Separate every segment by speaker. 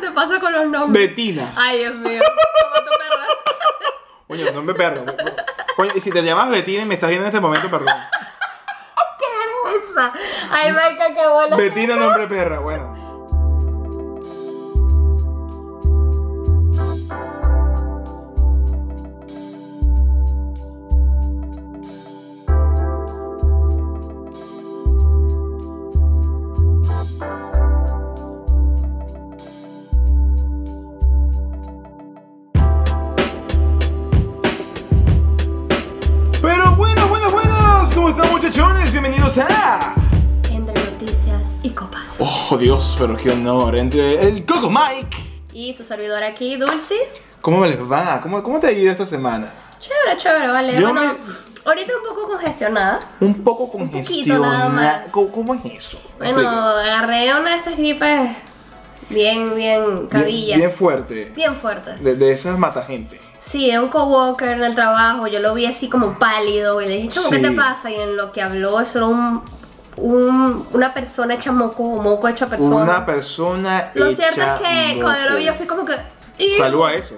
Speaker 1: te pasa con los nombres?
Speaker 2: Betina.
Speaker 1: Ay, Dios mío. Como tu perra.
Speaker 2: Coño, no me perro. Coño, y si te llamas Betina y me estás viendo en este momento, perdón.
Speaker 1: ¡Qué vergüenza! Ay, Maika, qué bola.
Speaker 2: Betina, nombre perra, bueno. Pero bueno, buenas, buenas. ¿Cómo están, muchachones? Bienvenidos a.
Speaker 1: Entre noticias y copas.
Speaker 2: Oh, Dios, pero qué honor. Entre el Coco Mike.
Speaker 1: Y su servidora aquí, Dulce.
Speaker 2: ¿Cómo me les va? ¿Cómo, cómo te ha ido esta semana?
Speaker 1: Chévere, chévere, vale.
Speaker 2: Yo
Speaker 1: bueno,
Speaker 2: me-
Speaker 1: ahorita un poco congestionada.
Speaker 2: Un poco
Speaker 1: poquito nada
Speaker 2: congestionada.
Speaker 1: más.
Speaker 2: ¿Cómo, cómo es eso?
Speaker 1: Bueno,
Speaker 2: Explica.
Speaker 1: agarré una de estas gripes bien, bien
Speaker 2: bien,
Speaker 1: cabillas.
Speaker 2: bien fuerte.
Speaker 1: Bien fuertes.
Speaker 2: De, de esas mata gente.
Speaker 1: Sí, de un coworker en el trabajo, yo lo vi así como pálido y le dije, "Chamo, ¿qué
Speaker 2: Sí.
Speaker 1: te pasa? Y en lo que habló, eso era un, un- una persona hecha moco, o moco hecha persona.
Speaker 2: Una persona.
Speaker 1: lo cierto es
Speaker 2: hecha
Speaker 1: que
Speaker 2: moco.
Speaker 1: cuando lo vi yo fui como que... "Ih,
Speaker 2: Salud a eso.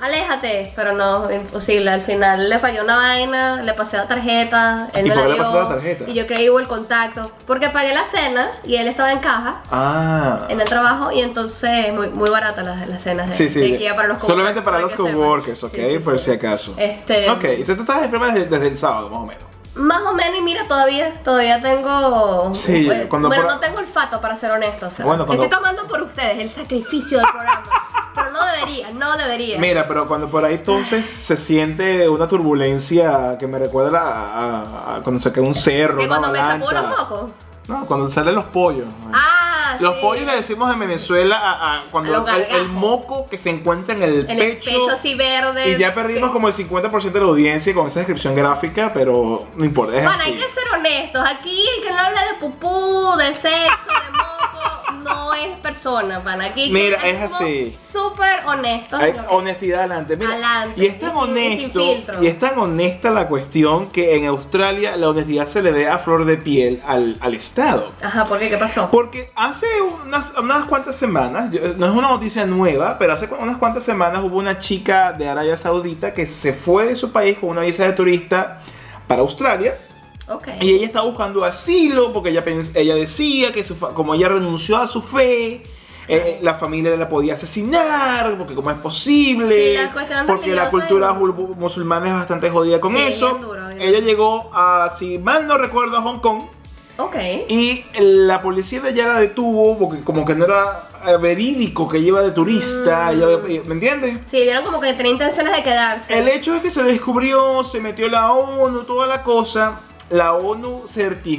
Speaker 1: Aléjate, pero no, imposible. Al final le pagué una vaina, le pasé la tarjeta, él
Speaker 2: ¿Y
Speaker 1: me
Speaker 2: por
Speaker 1: la
Speaker 2: qué le
Speaker 1: dio,
Speaker 2: pasó la tarjeta?
Speaker 1: Y yo creí hubo el contacto, porque pagué la cena y él estaba en caja,
Speaker 2: Ah.
Speaker 1: en el trabajo, y entonces muy, muy barata las, las cenas de,
Speaker 2: Sí, sí.
Speaker 1: de IKEA para los coworkers.
Speaker 2: Solamente para los
Speaker 1: que sepan.
Speaker 2: coworkers,
Speaker 1: Sí,
Speaker 2: ¿ok? pues
Speaker 1: sí,
Speaker 2: Por
Speaker 1: sí.
Speaker 2: si acaso.
Speaker 1: Este,
Speaker 2: Ok, entonces tú estás enferma desde, desde el sábado, más o menos.
Speaker 1: Más o menos, y mira, todavía, todavía tengo. eh,
Speaker 2: Sí,
Speaker 1: bueno,
Speaker 2: cuando
Speaker 1: bueno,
Speaker 2: por-
Speaker 1: no tengo olfato, para ser honesto. o sea,
Speaker 2: Bueno, cuando-
Speaker 1: Estoy tomando por ustedes el sacrificio del programa. pero no debería, no debería.
Speaker 2: Mira, pero cuando por ahí entonces se siente una turbulencia que me recuerda a, a- a cuando saqué un cerro,
Speaker 1: que
Speaker 2: una
Speaker 1: cuando me sacudo
Speaker 2: avalancha.
Speaker 1: un poco.
Speaker 2: No, cuando salen los pollos.
Speaker 1: Ah,
Speaker 2: los
Speaker 1: sí.
Speaker 2: pollos le decimos en Venezuela a, a
Speaker 1: A
Speaker 2: cuando
Speaker 1: los
Speaker 2: el, el
Speaker 1: gargajos.
Speaker 2: moco que se encuentra en el
Speaker 1: En el
Speaker 2: pecho.
Speaker 1: pecho así verde.
Speaker 2: y ya perdimos como el 50% de la audiencia con esa descripción gráfica, pero no importa, es
Speaker 1: Bueno,
Speaker 2: así.
Speaker 1: hay que ser honestos. Aquí el que no habla de pupú, de sexo, de moco, no es persona, pana. Aquí
Speaker 2: Mira,
Speaker 1: aquí
Speaker 2: es
Speaker 1: somos
Speaker 2: así.
Speaker 1: Súper honestos.
Speaker 2: Hay
Speaker 1: en lo que-
Speaker 2: honestidad adelante. Mira,
Speaker 1: Adelante,
Speaker 2: Y es tan
Speaker 1: y sin- y sin
Speaker 2: honesto.
Speaker 1: filtro.
Speaker 2: Y es tan honesta la cuestión que en Australia la honestidad se le ve a flor de piel al, al Estado.
Speaker 1: Ajá, ¿por qué? ¿Qué pasó?
Speaker 2: Porque hace unas, unas cuantas semanas, yo- no es una noticia nueva, pero hace cu- unas cuantas semanas hubo una chica de Arabia Saudita que se fue de su país con una visa de turista para Australia.
Speaker 1: Ok.
Speaker 2: Y ella estaba buscando asilo porque ella, pens- ella decía que su fa- como ella renunció a su fe, eh, la familia la podía asesinar, porque cómo es
Speaker 1: Sí,
Speaker 2: posible,
Speaker 1: la cuestión
Speaker 2: porque la
Speaker 1: religiosa
Speaker 2: cultura
Speaker 1: es-
Speaker 2: jul- musulmana es bastante jodida con
Speaker 1: Sí,
Speaker 2: eso.
Speaker 1: bien duro, bien
Speaker 2: ella
Speaker 1: duro.
Speaker 2: llegó a, si mal no recuerdo, a Hong Kong.
Speaker 1: Ok.
Speaker 2: Y la policía de allá la detuvo porque como que no era eh, verídico que lleva de turista,
Speaker 1: Mm.
Speaker 2: ella- ¿me entiendes?
Speaker 1: Sí, vieron como que tenía intenciones de quedarse.
Speaker 2: El hecho es que se descubrió, se metió la ONU, toda la cosa. La ONU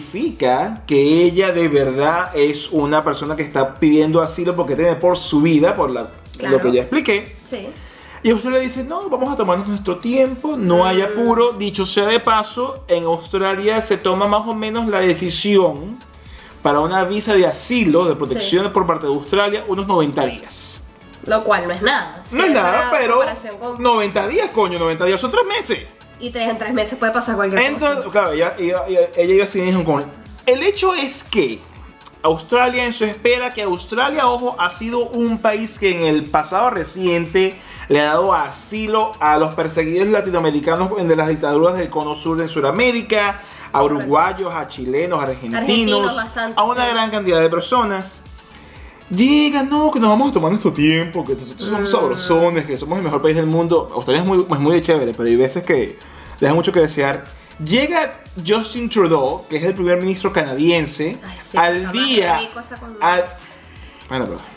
Speaker 2: certifica que ella de verdad es una persona que está pidiendo asilo porque teme por su vida, por la,
Speaker 1: Claro.
Speaker 2: lo que ya expliqué.
Speaker 1: Sí.
Speaker 2: Y usted le dice, no, vamos a tomarnos nuestro tiempo, no hay
Speaker 1: Mm.
Speaker 2: apuro. Dicho sea de paso, en Australia se toma más o menos la decisión para una visa de asilo, de protección por parte de Australia, unos 90 días.
Speaker 1: Lo cual no es nada.
Speaker 2: no
Speaker 1: Sí,
Speaker 2: es nada,
Speaker 1: para-
Speaker 2: pero
Speaker 1: comparación con-
Speaker 2: 90 días, coño, 90 días son tres meses.
Speaker 1: Y tres en tres meses puede pasar cualquier
Speaker 2: Entonces,
Speaker 1: cosa.
Speaker 2: claro, ella, ella- ella- ella iba sin Hong Kong. El hecho es que Australia en su espera, que Australia, ojo, ha sido un país que en el pasado reciente le ha dado asilo a los perseguidos latinoamericanos de las dictaduras del cono sur de Sudamérica, a uruguayos, a chilenos, argentinos,
Speaker 1: Argentinos, bastante,
Speaker 2: a una
Speaker 1: sí.
Speaker 2: gran cantidad de personas. Llega, no, que nos vamos a tomar nuestro tiempo, que nosotros
Speaker 1: Mm.
Speaker 2: somos sabrosones, que somos el mejor país del mundo. Australia es muy, es muy chévere, pero hay veces que deja mucho que desear. Llega Justin Trudeau, que es el primer ministro canadiense,
Speaker 1: Ay, sí,
Speaker 2: al
Speaker 1: jamás
Speaker 2: día.
Speaker 1: vi cosa con-
Speaker 2: al- Bueno, pero-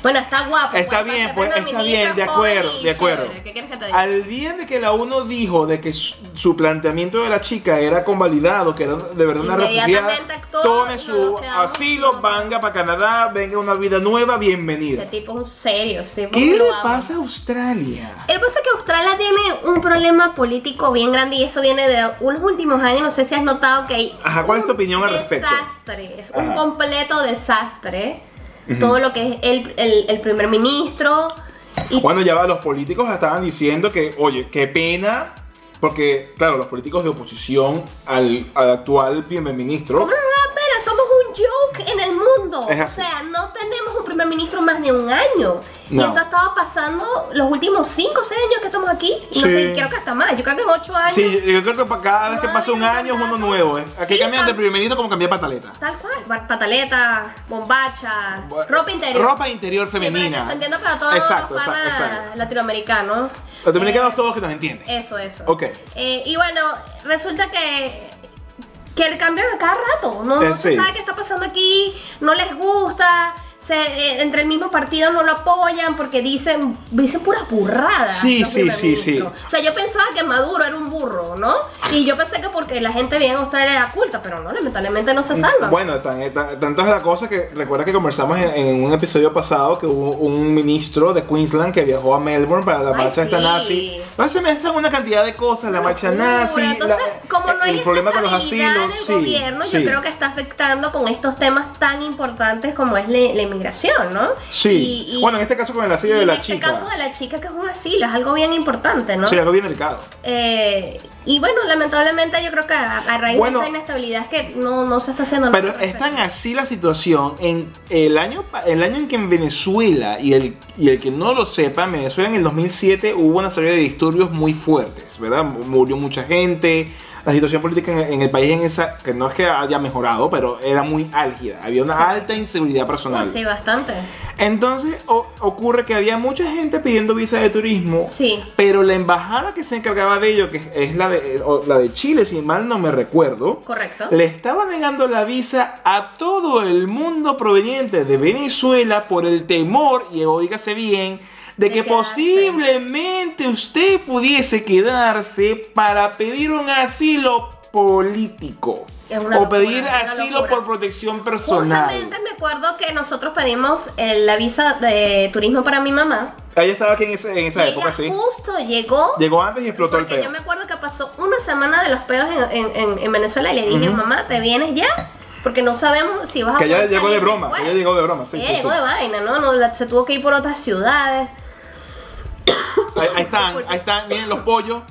Speaker 1: Bueno, está guapo.
Speaker 2: Está
Speaker 1: pues,
Speaker 2: bien,
Speaker 1: para
Speaker 2: pues,
Speaker 1: ser
Speaker 2: está
Speaker 1: primer
Speaker 2: bien, de
Speaker 1: ministro, joven
Speaker 2: acuerdo,
Speaker 1: y
Speaker 2: de acuerdo.
Speaker 1: chévere. ¿Qué quieres que te diga?
Speaker 2: Al día de que la ONU dijo de que su, su planteamiento de la chica era convalidado, que era de verdad una refugiada,
Speaker 1: Inmediatamente actuó,
Speaker 2: tome
Speaker 1: nos
Speaker 2: su
Speaker 1: quedamos
Speaker 2: asilo,
Speaker 1: todos.
Speaker 2: venga para Canadá, venga una vida nueva, bienvenida.
Speaker 1: Ese tipo es un serio. ese tipo
Speaker 2: ¿Qué
Speaker 1: yo lo
Speaker 2: le
Speaker 1: amo.
Speaker 2: pasa a Australia?
Speaker 1: El pasa es que Australia tiene un problema político bien grande y eso viene de unos últimos años. No sé si has notado que hay.
Speaker 2: Ajá, ¿cuál es tu
Speaker 1: un
Speaker 2: opinión al respecto?
Speaker 1: Desastre, es un
Speaker 2: Ajá.
Speaker 1: completo desastre. Todo lo que es el, el- el primer ministro. Y
Speaker 2: Bueno, ya va, los políticos estaban diciendo que, oye, qué pena, porque, claro, los políticos de oposición al, al actual primer ministro.
Speaker 1: ¿Cómo no nos da pena? Somos un joke en el mundo. mundo.
Speaker 2: Oh. Es
Speaker 1: O
Speaker 2: así.
Speaker 1: sea, no tenemos un primer ministro más de un año. Y
Speaker 2: No.
Speaker 1: esto ha estado pasando los últimos 5 o 6 años que estamos aquí. Y no
Speaker 2: Sí.
Speaker 1: sé, creo que hasta más. Yo creo que en 8 años.
Speaker 2: Sí, yo, yo creo que para cada vez que
Speaker 1: No
Speaker 2: pasa un
Speaker 1: había
Speaker 2: año es uno
Speaker 1: mandato.
Speaker 2: nuevo. ¿eh? Aquí
Speaker 1: Sí,
Speaker 2: cambian de
Speaker 1: tam-
Speaker 2: primer ministro como cambiar pataleta.
Speaker 1: Tal cual. Ba- Pataleta, bombacha, ropa interior.
Speaker 2: Ropa interior
Speaker 1: Sí, para que
Speaker 2: femenina.
Speaker 1: se entienda para todos
Speaker 2: Exacto,
Speaker 1: los
Speaker 2: exacto,
Speaker 1: panas
Speaker 2: exacto.
Speaker 1: latinoamericanos.
Speaker 2: Los dominicanos
Speaker 1: Eh,
Speaker 2: todos que nos entienden.
Speaker 1: Eso, eso.
Speaker 2: Ok.
Speaker 1: Eh, y bueno, resulta que que el cambio a cada rato, no,
Speaker 2: Eh,
Speaker 1: No se
Speaker 2: sí.
Speaker 1: sabe qué está pasando aquí, no les gusta, se- eh, entre el mismo partido no lo apoyan porque dicen, dicen puras burradas.
Speaker 2: Sí,
Speaker 1: los
Speaker 2: sí, sí, sí.
Speaker 1: primerministros. O sea, yo pensaba que Maduro era un burro, ¿no? Y yo pensé que porque la gente bien en Australia era culta, pero no, lamentablemente no se salva.
Speaker 2: Mm, Bueno, tan, eh, tan- tantas las cosas que recuerda que conversamos en, en un episodio pasado que hubo un ministro de Queensland que viajó a Melbourne para la
Speaker 1: Ay,
Speaker 2: marcha esta
Speaker 1: sí.
Speaker 2: nazi. No se mezclan una cantidad de cosas, la marcha
Speaker 1: Locura.
Speaker 2: nazi, la- eh,
Speaker 1: Entonces, como no hay
Speaker 2: el problema con los
Speaker 1: estabilidad del
Speaker 2: asilos, sí,
Speaker 1: gobierno, yo
Speaker 2: sí.
Speaker 1: creo que está afectando con estos temas tan importantes como es la, la inmigración, ¿no?
Speaker 2: Sí.
Speaker 1: Y- y-
Speaker 2: bueno, en este caso con el asilio
Speaker 1: y
Speaker 2: de
Speaker 1: en
Speaker 2: la
Speaker 1: este
Speaker 2: chica.
Speaker 1: caso de la chica que es un asilo, es algo bien importante, ¿no?
Speaker 2: Sí, algo bien delicado.
Speaker 1: Eh, y bueno, lamentablemente yo creo que a, a raíz
Speaker 2: Bueno.
Speaker 1: de esta inestabilidad es que no, no se está haciendo nada. Pues
Speaker 2: Pero
Speaker 1: al
Speaker 2: es tan
Speaker 1: respecto.
Speaker 2: así la situación en el año, pa- el año en que en Venezuela, y el, y el que no lo sepa, en Venezuela en el 2007 hubo una serie de disturbios muy fuertes, ¿verdad? Mu- Murió mucha gente, la situación política en, en el país en esa, que no es que haya mejorado, pero era muy álgida, había una alta inseguridad personal.
Speaker 1: Uy, sí, bastante.
Speaker 2: Entonces o- ocurre que había mucha gente pidiendo visa de turismo,
Speaker 1: Sí.
Speaker 2: pero la embajada que se encargaba de ello, que es- es la de, o la de Chile, si mal no me recuerdo,
Speaker 1: Correcto.
Speaker 2: le estaba negando la visa a todo el mundo proveniente de Venezuela por el temor, y oígase bien, de
Speaker 1: De
Speaker 2: que
Speaker 1: quedarse.
Speaker 2: posiblemente usted pudiese quedarse para pedir un asilo político
Speaker 1: Es una
Speaker 2: o pedir
Speaker 1: locura, es una
Speaker 2: asilo
Speaker 1: locura.
Speaker 2: por protección personal.
Speaker 1: Justamente me acuerdo que nosotros pedimos eh, la visa de turismo para mi mamá.
Speaker 2: Ella estaba aquí en esa, en esa
Speaker 1: Y
Speaker 2: época, sí.
Speaker 1: justo llegó
Speaker 2: Llegó antes y explotó el
Speaker 1: uh, Porque yo
Speaker 2: peor.
Speaker 1: me acuerdo que pasó una semana de los peos en, en- en- en Venezuela y le dije,
Speaker 2: Ujú.
Speaker 1: mamá, ¿te vienes ya? Porque no sabemos si vas a
Speaker 2: Que ella
Speaker 1: poder
Speaker 2: llegó de
Speaker 1: salir
Speaker 2: broma,
Speaker 1: después".
Speaker 2: que ella llegó de broma, sí,
Speaker 1: Ella
Speaker 2: sí,
Speaker 1: llegó
Speaker 2: sí.
Speaker 1: de vaina, ¿no? No, la- se tuvo que ir por otras ciudades.
Speaker 2: Ahí, ahí están, ahí están, miren los pollos.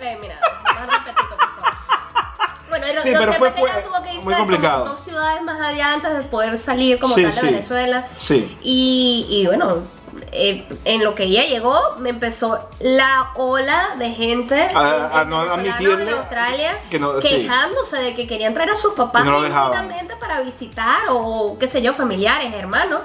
Speaker 1: Eh, mira, más repetido, por favor. Bueno, y lo,
Speaker 2: Sí,
Speaker 1: lo
Speaker 2: pero
Speaker 1: cierto
Speaker 2: fue-
Speaker 1: es que ella
Speaker 2: fue
Speaker 1: tuvo que irse
Speaker 2: muy complicado.
Speaker 1: como dos ciudades más allá antes de poder salir como
Speaker 2: Sí,
Speaker 1: tal de
Speaker 2: sí.
Speaker 1: Venezuela.
Speaker 2: Sí.
Speaker 1: Y, y bueno, eh, en lo que ella llegó, me empezó la ola de gente
Speaker 2: A- a no
Speaker 1: venezolanos
Speaker 2: admitirle
Speaker 1: en Australia
Speaker 2: que no- sí.
Speaker 1: quejándose de que querían traer a sus papás
Speaker 2: Que no lo dejaban.
Speaker 1: directamente para visitar o qué sé yo, familiares, hermanos,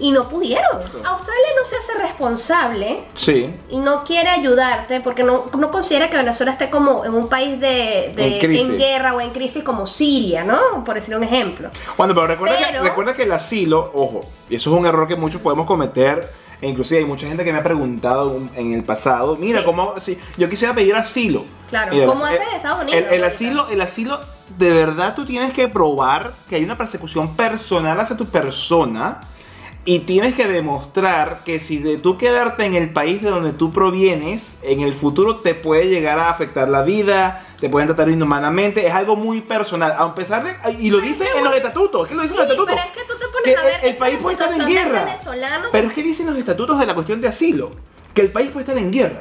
Speaker 1: y no pudieron. Australia no se hace responsable
Speaker 2: Sí.
Speaker 1: y no quiere ayudarte porque no, no considera que Venezuela esté como en un país de, de-
Speaker 2: En crisis.
Speaker 1: guerra o en crisis como Siria, ¿no? Por decir un ejemplo.
Speaker 2: Bueno, pero recuerda, Que,
Speaker 1: Pero-
Speaker 2: recuerda que el asilo, ojo, y eso es un error que muchos podemos cometer, e inclusive hay mucha gente que me ha preguntado un- en el pasado, mira,
Speaker 1: Sí.
Speaker 2: cómo, si yo quisiera pedir asilo.
Speaker 1: Claro,
Speaker 2: Mira,
Speaker 1: ¿cómo
Speaker 2: el-
Speaker 1: haces en Estados Unidos,
Speaker 2: El, el
Speaker 1: ahorita?
Speaker 2: asilo, el asilo, de verdad tú tienes que probar que hay una persecución personal hacia tu persona. Y tienes que demostrar que si de tú quedarte en el país de donde tú provienes, en el futuro te puede llegar a afectar la vida, te pueden tratar inhumanamente, es algo muy personal. A pesar de, y lo dice en los estatutos, es que lo dice
Speaker 1: Sí,
Speaker 2: en los
Speaker 1: pero
Speaker 2: estatutos.
Speaker 1: es que tú te pones
Speaker 2: que
Speaker 1: a ver
Speaker 2: el, el
Speaker 1: esa
Speaker 2: país puede estar en
Speaker 1: situación del
Speaker 2: guerra.
Speaker 1: venezolano.
Speaker 2: Pero es que dicen los estatutos de la cuestión de asilo, que el país puede estar en guerra.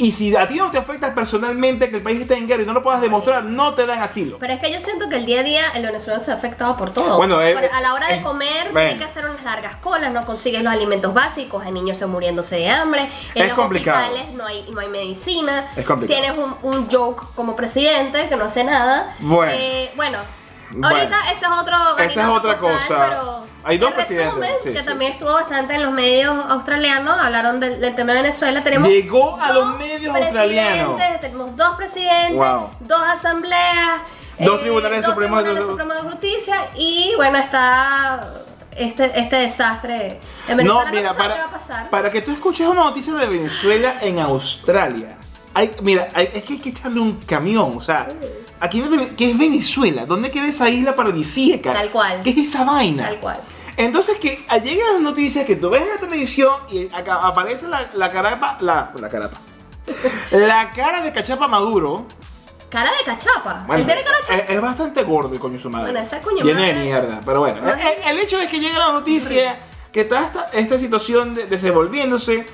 Speaker 2: Y si a ti no te afecta personalmente que el país esté en guerra y no lo puedas demostrar, no te dan asilo.
Speaker 1: Pero es que yo siento que el día a día el venezolano se ha afectado por todo.
Speaker 2: Bueno, eh,
Speaker 1: Por- a la hora de
Speaker 2: eh,
Speaker 1: comer
Speaker 2: bueno.
Speaker 1: hay que hacer unas largas colas, no consigues los alimentos básicos, hay niños muriéndose de hambre, en
Speaker 2: Es
Speaker 1: los
Speaker 2: complicado.
Speaker 1: hospitales no hay, no hay medicina,
Speaker 2: Es complicado.
Speaker 1: tienes un, un joke como presidente que no hace nada.
Speaker 2: Bueno.
Speaker 1: Eh, bueno,
Speaker 2: Bueno.
Speaker 1: ahorita ese es otro...
Speaker 2: Esa es otra cosa. Hay dos
Speaker 1: en
Speaker 2: presidentes,
Speaker 1: resumen,
Speaker 2: sí,
Speaker 1: que
Speaker 2: sí,
Speaker 1: también
Speaker 2: sí.
Speaker 1: estuvo bastante en los medios australianos, hablaron del, del tema de Venezuela, tenemos...
Speaker 2: Llegó a los
Speaker 1: dos
Speaker 2: medios australianos.
Speaker 1: presidentes, Tenemos dos presidentes,
Speaker 2: Wow.
Speaker 1: dos asambleas, eh,
Speaker 2: Dos tribunales
Speaker 1: dos
Speaker 2: supremos de-
Speaker 1: tribunales supremos de justicia y bueno, está este, este desastre. En Venezuela
Speaker 2: No, mira,
Speaker 1: se sabe
Speaker 2: para,
Speaker 1: qué va a pasar.
Speaker 2: para que tú escuches una noticia de Venezuela en Australia. Hay, mira, hay- es que hay que echarle un camión, o sea, aquí en Vene- ¿qué es Venezuela? ¿Dónde queda esa isla paradisíaca?
Speaker 1: Tal cual.
Speaker 2: ¿Qué es esa vaina?
Speaker 1: Tal cual.
Speaker 2: Entonces que llegan las noticias que tú ves en la televisión y acá aparece la, la carapa, la, la carapa. la cara de Cachapa Maduro.
Speaker 1: Cara de cachapa.
Speaker 2: Bueno,
Speaker 1: Él tiene cara de cachapa.
Speaker 2: es, es bastante gordo el coño de su madre.
Speaker 1: Bueno, ese coño
Speaker 2: Lleno de
Speaker 1: madre-
Speaker 2: mierda, pero bueno.
Speaker 1: No
Speaker 2: El,
Speaker 1: es-
Speaker 2: el hecho es que llega la noticia que está esta, esta situación de- desenvolviéndose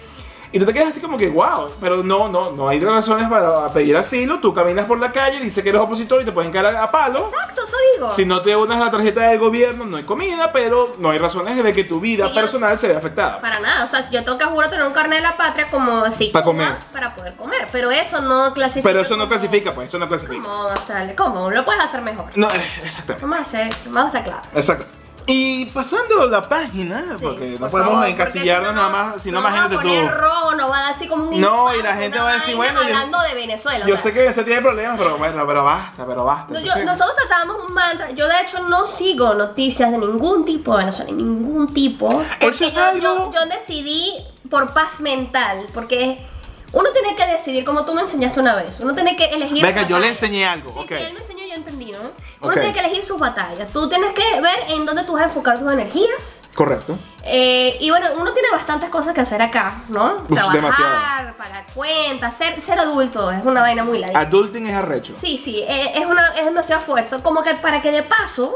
Speaker 2: y tú te quedas así como que, wow, pero no, no, no hay razones para pedir asilo. Tú caminas por la calle, dice que eres opositor y te pueden caer a, a palo.
Speaker 1: Exacto, eso marico.
Speaker 2: eh, Si no te unes a la tarjeta del gobierno, no hay comida, pero no hay razones de que tu vida
Speaker 1: Sí, yo-
Speaker 2: personal se vea afectada.
Speaker 1: Para nada, o sea, si yo tengo que juro tener un carnet de la patria como si
Speaker 2: Pa'
Speaker 1: Cuba,
Speaker 2: comer.
Speaker 1: para poder comer, pero eso no clasifica.
Speaker 2: Pero eso no
Speaker 1: como-
Speaker 2: clasifica, pues, eso no
Speaker 1: Como
Speaker 2: clasifica.
Speaker 1: Australia, ¿cómo? Lo puedes hacer mejor.
Speaker 2: No, eh, exactamente.
Speaker 1: Vamos a hacer, vamos a estar claros.
Speaker 2: Exacto. Y pasando la página,
Speaker 1: Sí,
Speaker 2: porque no
Speaker 1: por
Speaker 2: podemos
Speaker 1: favor,
Speaker 2: encasillarnos
Speaker 1: porque si no,
Speaker 2: nada más, si no,
Speaker 1: nos
Speaker 2: imagínate
Speaker 1: vamos a poner
Speaker 2: tú.
Speaker 1: rojo, nos va a dar así como un
Speaker 2: No, y la
Speaker 1: infarto,
Speaker 2: gente
Speaker 1: una
Speaker 2: va a decir,
Speaker 1: vaina
Speaker 2: bueno, yo-
Speaker 1: hablando de Venezuela.
Speaker 2: Yo
Speaker 1: o sea.
Speaker 2: sé que Venezuela tiene problemas, pero bueno, pero basta, pero basta.
Speaker 1: No, yo-
Speaker 2: Entonces,
Speaker 1: nosotros tratábamos un mantra. Yo, de hecho, no sigo noticias de ningún tipo de Venezuela, ningún tipo. Porque
Speaker 2: Eso es
Speaker 1: yo, yo-
Speaker 2: algo-
Speaker 1: yo decidí por paz mental, porque uno tiene que decidir, como tú me enseñaste una vez, uno tiene que elegir.
Speaker 2: Venga,
Speaker 1: sus
Speaker 2: yo le
Speaker 1: batallas.
Speaker 2: enseñé algo,
Speaker 1: Sí,
Speaker 2: ok.
Speaker 1: sí, él me enseñó, yo entendí, ¿no? Uno
Speaker 2: Ok.
Speaker 1: tiene que elegir sus batallas. Tú tienes que ver en dónde tú vas a enfocar tus energías.
Speaker 2: Correcto.
Speaker 1: Eh, y bueno, uno tiene bastantes cosas que hacer acá, ¿no?
Speaker 2: Uf,
Speaker 1: Trabajar,
Speaker 2: demasiado.
Speaker 1: pagar cuentas, ser, ser adulto es una vaina muy larga.
Speaker 2: Adulting es arrecho.
Speaker 1: Sí, sí, eh, es, una, es demasiado esfuerzo. Como que para que de paso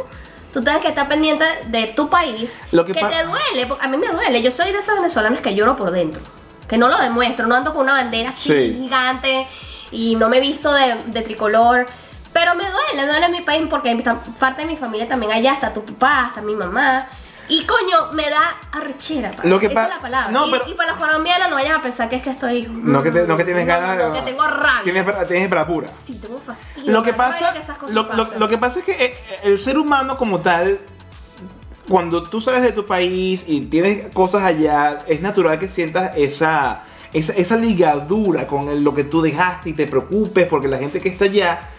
Speaker 1: tú tengas que estar pendiente de tu país.
Speaker 2: Lo que pa-
Speaker 1: te duele, porque a mí me duele. Yo soy de esas venezolanas que lloro por dentro. Que no lo demuestro, no ando con una bandera así
Speaker 2: Sí.
Speaker 1: gigante y no me he visto de, de tricolor. Pero me duele, me duele mi país porque mi- parte de mi familia también allá está tu papá, está mi mamá. Y coño, me da arrechera. padre.
Speaker 2: Lo que
Speaker 1: Esa
Speaker 2: pa-
Speaker 1: es la palabra.
Speaker 2: no,
Speaker 1: y,
Speaker 2: pero-
Speaker 1: y para los colombianos no vayan a pensar que es que estoy.
Speaker 2: No que, te- no que tienes
Speaker 1: No, no,
Speaker 2: ganas
Speaker 1: no, que tengo rabia.
Speaker 2: Tienes, bra- tienes bravura.
Speaker 1: Sí, tengo fastidio.
Speaker 2: Lo que
Speaker 1: me duele
Speaker 2: pasa,
Speaker 1: que esas cosas
Speaker 2: lo, lo-
Speaker 1: pasen.
Speaker 2: lo que pasa es que eh, eh, el ser humano como tal, cuando tú sales de tu país y tienes cosas allá, es natural que sientas esa, esa, esa ligadura con el- lo que tú dejaste y te preocupes porque la gente que está allá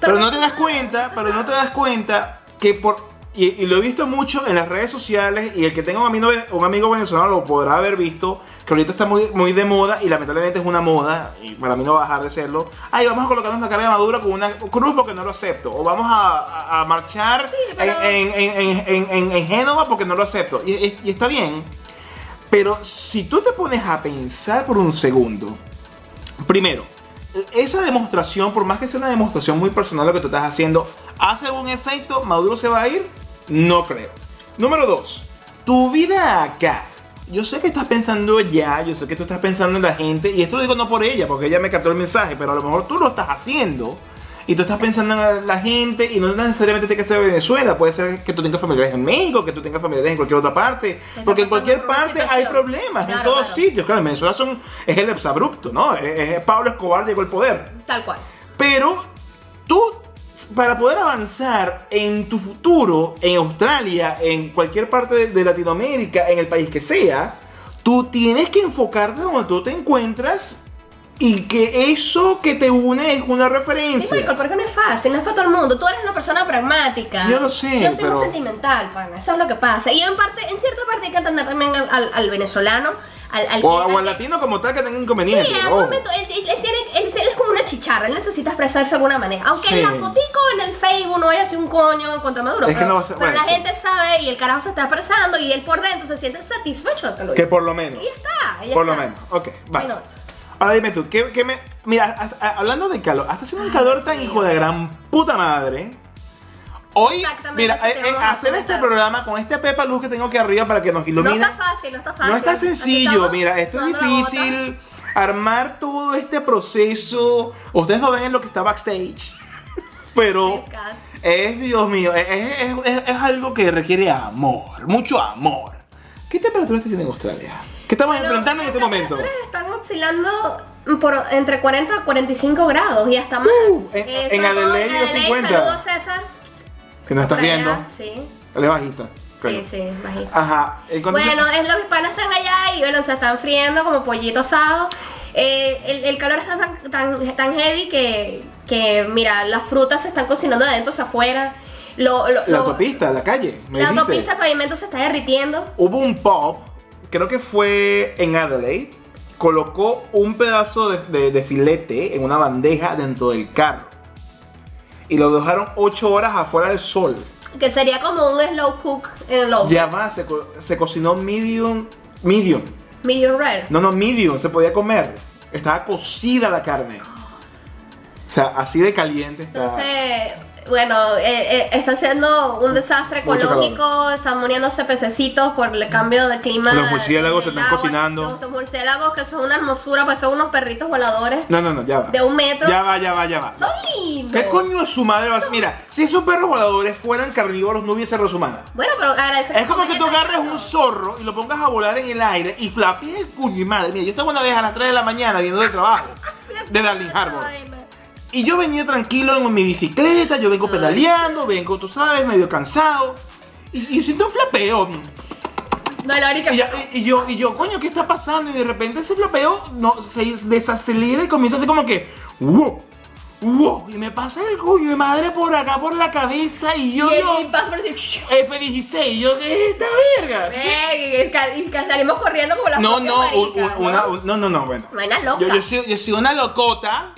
Speaker 2: Pero, no te das cuenta,
Speaker 1: pasa
Speaker 2: pero no te
Speaker 1: nada.
Speaker 2: das cuenta que por... Y, y lo he visto mucho en las redes sociales y el que tenga un amigo, un amigo venezolano lo podrá haber visto, que ahorita está muy, muy de moda y lamentablemente es una moda, y para mí no va a dejar de serlo. Ay, vamos a colocarnos una cara de madura con una cruz porque no lo acepto. O vamos a, a- a marchar
Speaker 1: Sí, pero-
Speaker 2: en, en- en- en- en- en Génova porque no lo acepto. Y- y- y está bien, pero si tú te pones a pensar por un segundo, primero, esa demostración, por más que sea una demostración muy personal lo que tú estás haciendo, ¿hace un efecto? ¿Maduro se va a ir? No creo. Número dos, tu vida acá. Yo sé que estás pensando ya, yo sé que tú estás pensando en la gente, y esto lo digo no por ella, porque ella me captó el mensaje, pero a lo mejor tú lo estás haciendo. Y tú estás pensando en la- la gente y no necesariamente tiene que ser Venezuela, puede ser que tú tengas familiares en México, que tú tengas familiares en cualquier otra parte,
Speaker 1: Estás
Speaker 2: porque
Speaker 1: pasando
Speaker 2: en cualquier
Speaker 1: por una
Speaker 2: parte hay
Speaker 1: situación.
Speaker 2: problemas, en
Speaker 1: Claro,
Speaker 2: todos
Speaker 1: claro.
Speaker 2: sitios, claro, en Venezuela son, es el exabrupto, ¿no? Es, es Pablo Escobar llegó al poder.
Speaker 1: Tal cual.
Speaker 2: Pero tú, para poder avanzar en tu futuro, en Australia, en cualquier parte de, de Latinoamérica, en el país que sea, tú tienes que enfocarte donde tú te encuentras y que eso que te une es una
Speaker 1: Sí, Michael,
Speaker 2: referencia.
Speaker 1: porque no es fácil, no es para todo el mundo. Tú eres una persona pragmática.
Speaker 2: Yo lo sé,
Speaker 1: Yo soy
Speaker 2: pero-
Speaker 1: muy sentimental, pana. Eso es lo que pasa. Y en parte, en cierta parte hay que entender también al, al- al venezolano, al, al,
Speaker 2: O, o al
Speaker 1: al-
Speaker 2: latino como tal que tenga
Speaker 1: Sí,
Speaker 2: inconveniente.
Speaker 1: en algún
Speaker 2: ojo.
Speaker 1: momento él, él- él tiene, él, él es como una chicharra, él necesita expresarse de alguna manera. Aunque
Speaker 2: Sí.
Speaker 1: en la fotico en el Facebook no haya sido un coño contra Maduro.
Speaker 2: Es que
Speaker 1: pero
Speaker 2: no va a ser-
Speaker 1: pero
Speaker 2: bueno,
Speaker 1: la
Speaker 2: sí.
Speaker 1: gente sabe y el carajo se está expresando y él por dentro se siente satisfecho de que lo
Speaker 2: Que
Speaker 1: hizo.
Speaker 2: por lo menos.
Speaker 1: Y ya está, y ya
Speaker 2: Por lo
Speaker 1: está.
Speaker 2: menos. Ok, vale.
Speaker 1: Why not?
Speaker 2: Ahora dime tú, ¿qué, qué me...? Mira, hasta- a- hablando de calor, hasta haciendo un calor tan hijo de gran puta madre. Hoy,
Speaker 1: Exactamente,
Speaker 2: mira,
Speaker 1: eso te
Speaker 2: eh,
Speaker 1: vamos
Speaker 2: eh,
Speaker 1: a
Speaker 2: hacer este
Speaker 1: comentar.
Speaker 2: programa con esta pepa luz que tengo aquí arriba para que nos ilumine.
Speaker 1: No está fácil, no está fácil.
Speaker 2: No está
Speaker 1: Aquí
Speaker 2: sencillo,
Speaker 1: estamos
Speaker 2: mira, esto es
Speaker 1: dando la bota.
Speaker 2: difícil. Armar todo este proceso. Ustedes no ven lo que está backstage. Pero
Speaker 1: Pescar.
Speaker 2: es, Dios mío, es, es- es- es algo que requiere amor, mucho amor. ¿Qué temperatura está haciendo en Australia? ¿Qué estamos
Speaker 1: Pero
Speaker 2: enfrentando en
Speaker 1: las
Speaker 2: este momento?
Speaker 1: temperaturas están oscilando por entre 40 a 45 grados y hasta más. Eh,
Speaker 2: Uh, en- en
Speaker 1: sobre todo
Speaker 2: Adelaide, los 50.
Speaker 1: Saludos, César.
Speaker 2: Si nos estás
Speaker 1: Por allá,
Speaker 2: viendo,
Speaker 1: Sí,
Speaker 2: dale bajita.
Speaker 1: sí,
Speaker 2: creo.
Speaker 1: sí, bajito.
Speaker 2: Ajá. ¿en cuánto
Speaker 1: Bueno,
Speaker 2: se-
Speaker 1: es los panas están allá y bueno, se están friendo como pollito asado. Eh, el, el calor está tan, tan, tan heavy que, que, mira, las frutas se están cocinando de adentro hacia afuera. Lo- lo-
Speaker 2: la
Speaker 1: lo-
Speaker 2: autopista, la calle. Me
Speaker 1: la
Speaker 2: dijiste.
Speaker 1: autopista, el pavimento se está derritiendo.
Speaker 2: Hubo un pop, creo que fue en Adelaide, colocó un pedazo de, de- de filete en una bandeja dentro del carro. Y lo dejaron 8 horas afuera del sol.
Speaker 1: Que sería como un slow cook en low.
Speaker 2: Ya va, se, co- se cocinó medium. Medium.
Speaker 1: Medium rare.
Speaker 2: No, no, medium, se podía comer. Estaba cocida la carne. O sea, así de caliente estaba.
Speaker 1: Entonces, bueno, eh, eh, está siendo un desastre
Speaker 2: Mucho
Speaker 1: ecológico, están muriéndose pececitos por el cambio de clima.
Speaker 2: Los murciélagos se
Speaker 1: del
Speaker 2: están
Speaker 1: agua.
Speaker 2: cocinando.
Speaker 1: Los, los murciélagos que son una hermosura, pues son unos perritos voladores
Speaker 2: No, no, no, ya va.
Speaker 1: de un metro.
Speaker 2: Ya va, ya va, ya va.
Speaker 1: Son lindos.
Speaker 2: ¿Qué coño es su madre? va a- Mira, si esos perros voladores fueran carnívoros no hubiese raza humana.
Speaker 1: Bueno, pero agradece
Speaker 2: Es como que tú
Speaker 1: coman
Speaker 2: agarres un
Speaker 1: estos.
Speaker 2: zorro y lo pongas a volar en el aire y flapees el cuño y madre. Mira, yo estaba una vez a las 3 de la mañana viendo el trabajo de Darling Harbour. Y yo venía tranquilo en mi bicicleta, yo vengo pedaleando, vengo, tú sabes, medio cansado. Y, y siento un flapeo.
Speaker 1: No, la única.
Speaker 2: Y, ya- y- y yo, y yo, coño, ¿qué está pasando? Y de repente ese flapeo no, se desacelera y comienza así como que, wow, wow. Y me pasa el cuño de madre por acá, por la cabeza. Y yo,
Speaker 1: y, el-
Speaker 2: yo,
Speaker 1: y pasa por decir.
Speaker 2: F16, y yo, ¿qué esta verga?
Speaker 1: Eh, y, y- y salimos corriendo como la
Speaker 2: No,
Speaker 1: propia
Speaker 2: no, un-
Speaker 1: marica,
Speaker 2: un- una- un- no, no, no, bueno.
Speaker 1: No, una loca.
Speaker 2: Yo, yo, soy, yo soy una locota,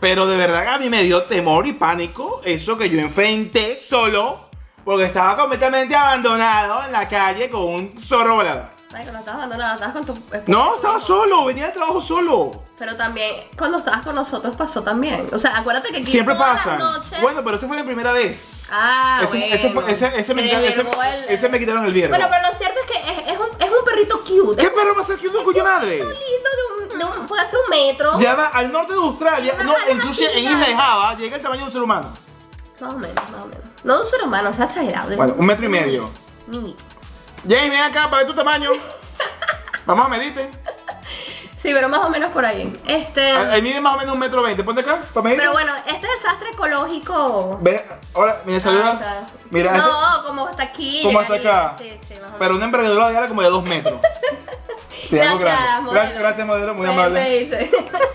Speaker 2: pero de verdad que a mí me dio temor y pánico eso que yo enfrenté solo, porque estaba completamente abandonado en la calle con un zorro volador.
Speaker 1: Marico, no estabas abandonada, estabas con tu esposo.
Speaker 2: No, estaba solo, venía de trabajo solo.
Speaker 1: Pero también, cuando estabas con nosotros pasó también. O sea, acuérdate que aquí
Speaker 2: Siempre
Speaker 1: todas las
Speaker 2: pasa.
Speaker 1: noches-
Speaker 2: Bueno, pero esa fue mi primera vez.
Speaker 1: Ah,
Speaker 2: ese,
Speaker 1: bueno.
Speaker 2: ese fue- ese- ese me
Speaker 1: Te
Speaker 2: quitaron, ese-
Speaker 1: desvergó el-
Speaker 2: ese me quitaron el viernes.
Speaker 1: Bueno, pero lo cierto es que es, es un, es un perrito cute.
Speaker 2: ¿Qué
Speaker 1: es
Speaker 2: perro va a ser que un cuyo madre?
Speaker 1: un lindo de un, de un- puede ser un metro.
Speaker 2: Ya va al norte de Australia,
Speaker 1: Una
Speaker 2: no,
Speaker 1: jala
Speaker 2: incluso
Speaker 1: así,
Speaker 2: en
Speaker 1: ya.
Speaker 2: Isla de Java, llega el tamaño de un ser humano.
Speaker 1: Más o menos, más o menos. No de un ser humano, o sea, exagerado. de
Speaker 2: Bueno, un metro y medio.
Speaker 1: Mini.
Speaker 2: Jay, ven acá para ver tu tamaño. Vamos a medirte.
Speaker 1: Sí, pero más o menos por ahí. Este.
Speaker 2: Ahí mide más o menos un metro veinte. Ponte acá para medirte.
Speaker 1: pero bueno, este desastre ecológico.
Speaker 2: Ve, ahora, mira,
Speaker 1: Ahí
Speaker 2: saluda.
Speaker 1: Ah, está.
Speaker 2: Mira, este-
Speaker 1: No, como hasta aquí.
Speaker 2: como hasta
Speaker 1: llegaría.
Speaker 2: acá.
Speaker 1: Sí, sí, más o menos.
Speaker 2: pero una envergadura de ala como de dos metros. Sí, algo
Speaker 1: Gracias,
Speaker 2: grande.
Speaker 1: modelo.
Speaker 2: Gracias, gracias, modelo, muy
Speaker 1: Me- me
Speaker 2: amable.
Speaker 1: dice.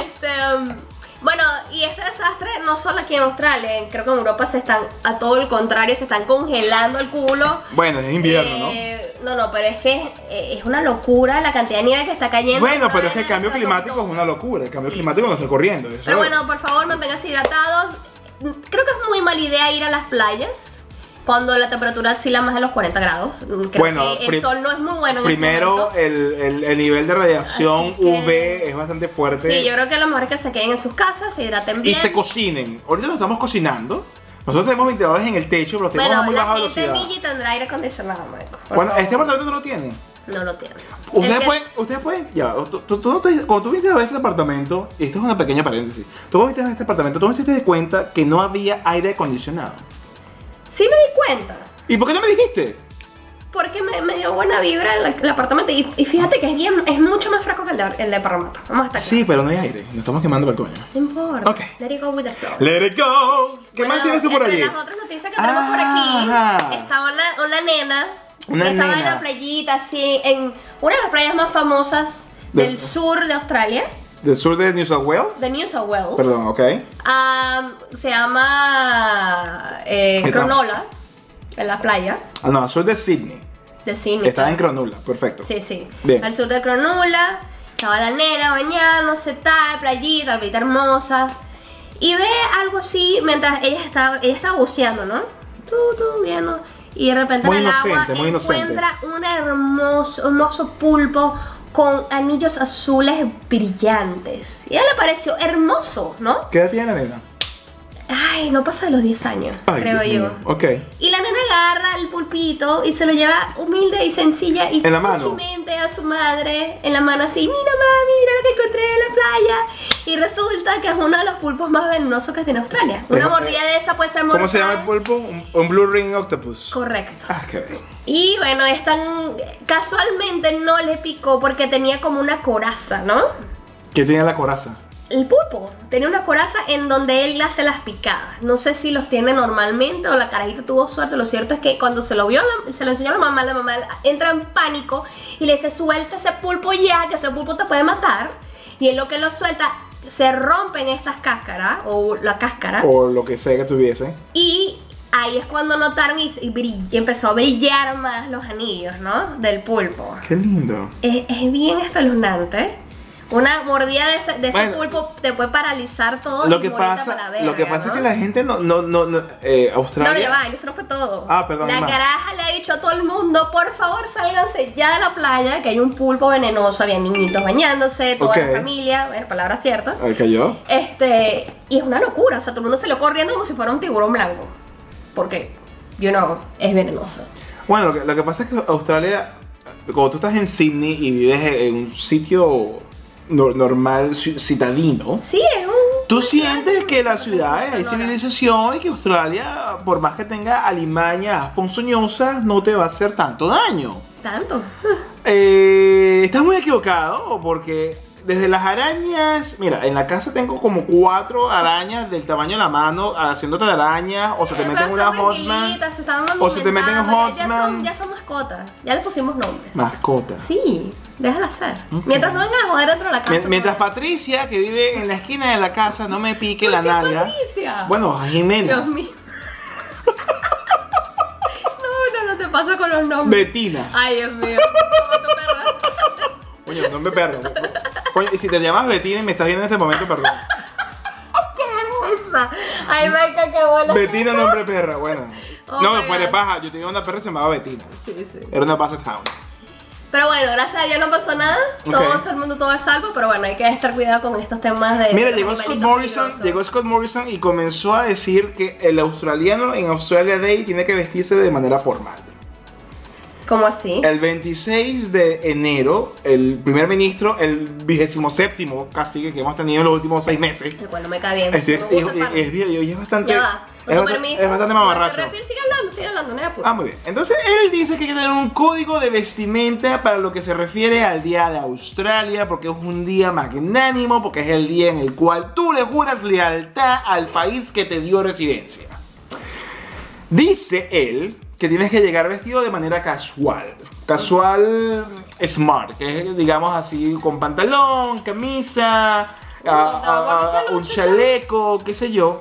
Speaker 1: este, um, bueno, y este desastre no solo aquí en Australia, en- creo que en Europa se están, a todo el contrario, se están congelando el culo.
Speaker 2: Bueno, es invierno, ¿no?
Speaker 1: Eh, ¿no? No, pero es que es, eh, es una locura la cantidad de nieve que está cayendo. Ah,
Speaker 2: Bueno, pero es que el cambio
Speaker 1: Está
Speaker 2: climático
Speaker 1: loco.
Speaker 2: es una locura. El cambio climático nos está corriendo. eso
Speaker 1: Pero
Speaker 2: es.
Speaker 1: bueno, por favor, manténganse hidratados. Creo que es muy mala idea ir a las playas cuando la temperatura oscila más de los 40 grados. Creo
Speaker 2: Bueno,
Speaker 1: que
Speaker 2: pri-
Speaker 1: el sol no es muy bueno en este
Speaker 2: primero
Speaker 1: momento.
Speaker 2: el, el- el nivel de radiación
Speaker 1: Así que-
Speaker 2: UV es bastante fuerte.
Speaker 1: Sí, yo creo que lo mejor es que se queden en sus casas, se hidraten
Speaker 2: y
Speaker 1: bien.
Speaker 2: se cocinen. Ahorita lo estamos cocinando. Nosotros tenemos ventiladores en el techo, pero los tenemos
Speaker 1: Bueno,
Speaker 2: a muy
Speaker 1: la
Speaker 2: baja
Speaker 1: gente
Speaker 2: velocidad.
Speaker 1: Migi tendrá aire acondicionado, Marco. por
Speaker 2: Bueno,
Speaker 1: favor.
Speaker 2: este apartamento no lo tiene.
Speaker 1: No lo tiene. El
Speaker 2: Ustedes
Speaker 1: que-
Speaker 2: pueden, ustedes pueden, ya, tú- tú- tú no te- cuando tú viniste a ver este apartamento, y esto es una pequeña paréntesis, tú cuando viniste a ver este apartamento, tú no te diste cuenta que no había aire acondicionado.
Speaker 1: Sí me di cuenta.
Speaker 2: ¿Y por qué no me dijiste?
Speaker 1: Porque me, me dio buena vibra el, el apartamento. Y, y fíjate que es bien, es mucho más fresco que el de, el de Parramatta. Vamos a estar
Speaker 2: Sí, pero no hay aire, nos estamos quemando para el coño.
Speaker 1: No importa.
Speaker 2: Ok.
Speaker 1: Let it go with the flow.
Speaker 2: Let it go. ¿Qué más tienes tú por
Speaker 1: entre
Speaker 2: allí?
Speaker 1: las otras noticias que tenemos por aquí,
Speaker 2: Ajá.
Speaker 1: estaba una, una nena
Speaker 2: Una
Speaker 1: que estaba en
Speaker 2: nena.
Speaker 1: la playita, así, en una de las playas más famosas
Speaker 2: De-
Speaker 1: del sur de Australia,
Speaker 2: Del sur de New South Wales.
Speaker 1: de New South Wales.
Speaker 2: Perdón, ok.
Speaker 1: Am, Ah, se llama eh,
Speaker 2: Está-
Speaker 1: Cronola, en la playa
Speaker 2: Ah, no, sur de Sydney.
Speaker 1: de Sydney.
Speaker 2: Estaba en Cronulla, perfecto.
Speaker 1: Sí, sí.
Speaker 2: Bien.
Speaker 1: Al sur de Cronulla, estaba la nena bañándose, tal, playita, playita hermosa. Y ve algo así mientras ella estaba, ella estaba buceando, ¿no? Tú, tú, viendo. Y de repente
Speaker 2: Muy
Speaker 1: en el
Speaker 2: inocente,
Speaker 1: agua
Speaker 2: muy inocente.
Speaker 1: encuentra un hermoso, hermoso pulpo con anillos azules brillantes. Y a ella le pareció hermoso, ¿no?
Speaker 2: ¿Qué edad tiene la nena?
Speaker 1: Ay, no pasa de los 10 años,
Speaker 2: Ay,
Speaker 1: creo
Speaker 2: Dios
Speaker 1: yo.
Speaker 2: mío. Ok.
Speaker 1: Y la nena agarra el pulpito y se lo lleva humilde y sencilla y
Speaker 2: En la mano.
Speaker 1: cuchimente a su madre en la mano así, mira mami, mira lo que encontré en la playa. Y resulta que es uno de los pulpos más venenosos que tiene Australia. Una
Speaker 2: Eh,
Speaker 1: mordida de esa puede ser mortal.
Speaker 2: ¿Cómo se llama el pulpo? Un, un Blue Ring Octopus.
Speaker 1: Correcto.
Speaker 2: Ah, qué bello.
Speaker 1: Y bueno, están casualmente no le picó porque tenía como una coraza, ¿no?
Speaker 2: ¿Qué tiene la coraza?
Speaker 1: El pulpo tenía una coraza en donde él hace las picadas. No sé si los tiene normalmente o la carajita tuvo suerte. Lo cierto es que cuando se lo vio, la- se lo enseñó a la mamá, la mamá entra en pánico y le dice, suelta ese pulpo ya, que ese pulpo te puede matar. Y en lo que lo suelta, se rompen estas cáscaras o la cáscara.
Speaker 2: O lo que sea que tuviese.
Speaker 1: Y ahí es cuando notaron y, y brill- y empezó a brillar más los anillos, ¿no? Del pulpo.
Speaker 2: Qué lindo.
Speaker 1: Es, es bien espeluznante. Una mordida de ese, de ese
Speaker 2: Bueno.
Speaker 1: pulpo te puede paralizar todo.
Speaker 2: Lo
Speaker 1: y
Speaker 2: que
Speaker 1: morirte
Speaker 2: pasa,
Speaker 1: para la verga,
Speaker 2: lo que pasa
Speaker 1: ¿no?
Speaker 2: es que la gente no, no, no, no, eh,
Speaker 1: No, no, ya
Speaker 2: Australia.
Speaker 1: va, eso no fue todo.
Speaker 2: Ah, perdón, hay
Speaker 1: La
Speaker 2: más.
Speaker 1: caraja le le ha dicho a todo el mundo, por favor sálganse ya de la playa, que hay un pulpo venenoso, había niñitos bañándose, toda
Speaker 2: Ok.
Speaker 1: la familia, bueno, palabra cierta.
Speaker 2: Ahí cayó.
Speaker 1: Este, y es una locura, o sea, todo el mundo se lo corriendo como si fuera un tiburón blanco. Porque, you know, es venenoso.
Speaker 2: Bueno, lo que, lo que pasa es que Australia, cuando tú estás en Sydney y vives en un sitio nor- normal, ci- citadino,
Speaker 1: Sí, es un.
Speaker 2: tú
Speaker 1: una ciudad
Speaker 2: sientes
Speaker 1: sin-
Speaker 2: que la ciudad hay
Speaker 1: sonora.
Speaker 2: civilización y que Australia, por más que tenga alimañas ponzoñosas, no te va a hacer tanto daño.
Speaker 1: Tanto.
Speaker 2: Eh, estás muy equivocado porque desde las arañas, mira, en la casa tengo como cuatro arañas del tamaño de la mano haciéndote de arañas o se te
Speaker 1: Eh,
Speaker 2: meten
Speaker 1: pero
Speaker 2: unas
Speaker 1: son
Speaker 2: Hosman
Speaker 1: tranquilitas, se estaban
Speaker 2: o se te meten
Speaker 1: alimentando, ya- Ya
Speaker 2: Hosman.
Speaker 1: son, ya son mascotas. Ya le pusimos nombres.
Speaker 2: mascotas.
Speaker 1: Sí, déjala ser.
Speaker 2: Ok.
Speaker 1: Mientras no vengan a joder dentro de la casa.
Speaker 2: Mien- Mientras
Speaker 1: ¿no?
Speaker 2: Patricia, que vive en la esquina de la casa, no me pique la
Speaker 1: ¿Por qué
Speaker 2: nalga.
Speaker 1: Patricia?
Speaker 2: Bueno, a
Speaker 1: Dios
Speaker 2: Jimena.
Speaker 1: mío. no, no, no te pasa con los nombres.
Speaker 2: Betina.
Speaker 1: Ay, Dios mío. Como tu perra.
Speaker 2: Coño, no me perro. Coño, y si te llamas Betina y me estás viendo en este momento, perdón.
Speaker 1: ¡Qué vergüenza! Ay, Maika, qué bola.
Speaker 2: Betina, nombre perra, bueno.
Speaker 1: Oh
Speaker 2: no,
Speaker 1: my
Speaker 2: fue de
Speaker 1: God.
Speaker 2: paja. Yo tenía una perra que se llamaba Betina.
Speaker 1: Sí, sí.
Speaker 2: Era una pasa town.
Speaker 1: Pero bueno, gracias a Dios no pasó nada. Todo,
Speaker 2: Ok.
Speaker 1: todo el mundo, todo es salvo. Pero bueno, hay que estar cuidado con estos temas de.
Speaker 2: Mira,
Speaker 1: de
Speaker 2: llegó
Speaker 1: los
Speaker 2: Scott
Speaker 1: animalitos
Speaker 2: Morrison,
Speaker 1: peligrosos.
Speaker 2: llegó Scott Morrison y comenzó a decir que el australiano en Australia Day tiene que vestirse de manera formal.
Speaker 1: ¿Cómo así?
Speaker 2: El 26 de enero, el primer ministro, el vigésimo séptimo casi que hemos tenido en los últimos seis meses.
Speaker 1: El cual no me cae bien.
Speaker 2: Este es,
Speaker 1: no me gusta
Speaker 2: es-
Speaker 1: el pan.
Speaker 2: es- es- es bastante.
Speaker 1: Ya va. Con
Speaker 2: Es,
Speaker 1: tu
Speaker 2: bastante-
Speaker 1: permiso.
Speaker 2: es bastante mamarracho.
Speaker 1: Señor Redfield, Sigue hablando, sigue hablando, pues. no hay apuro.
Speaker 2: Ah, muy bien. Entonces él dice que hay que tener un código de vestimenta para lo que se refiere al Día de Australia, porque es un día magnánimo, porque es el día en el cual tú le juras lealtad al país que te dio residencia. Dice él que tienes que llegar vestido de manera casual. Casual smart, que es, digamos así, con pantalón, camisa,
Speaker 1: Oh,
Speaker 2: a- a- a-
Speaker 1: está bonito,
Speaker 2: un
Speaker 1: ¿no?
Speaker 2: chaleco, qué sé yo.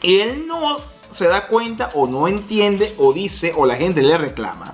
Speaker 2: Y él no se da cuenta o no entiende o dice o la gente le reclama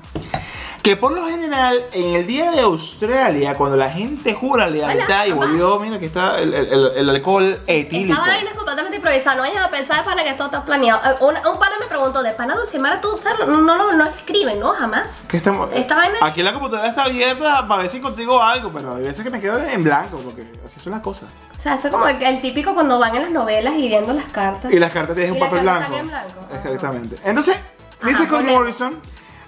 Speaker 2: que por lo general en el día de Australia cuando la gente jura lealtad
Speaker 1: Hola,
Speaker 2: y volvió mira que está el, el- el- el alcohol etílico
Speaker 1: Esta vaina es completamente improvisada, no vayan a pensar de pana que esto está planeado. Eh, Un, un pana me preguntó, ¿de pana Dulcimara tú usted no, no, no, no escriben, no? Jamás.
Speaker 2: ¿Qué estamos?
Speaker 1: Esta vaina-
Speaker 2: Aquí la computadora está abierta para ver si contigo algo, pero hay veces que me quedo en blanco porque así son las cosas.
Speaker 1: O sea, eso es como el, el típico cuando van en las novelas y viendo las cartas.
Speaker 2: Y las cartas tienes
Speaker 1: Y
Speaker 2: un
Speaker 1: las
Speaker 2: papel
Speaker 1: cartas
Speaker 2: blanco.
Speaker 1: están en blanco.
Speaker 2: Exactamente. Entonces,
Speaker 1: Ajá,
Speaker 2: dice con
Speaker 1: ponle.
Speaker 2: Morrison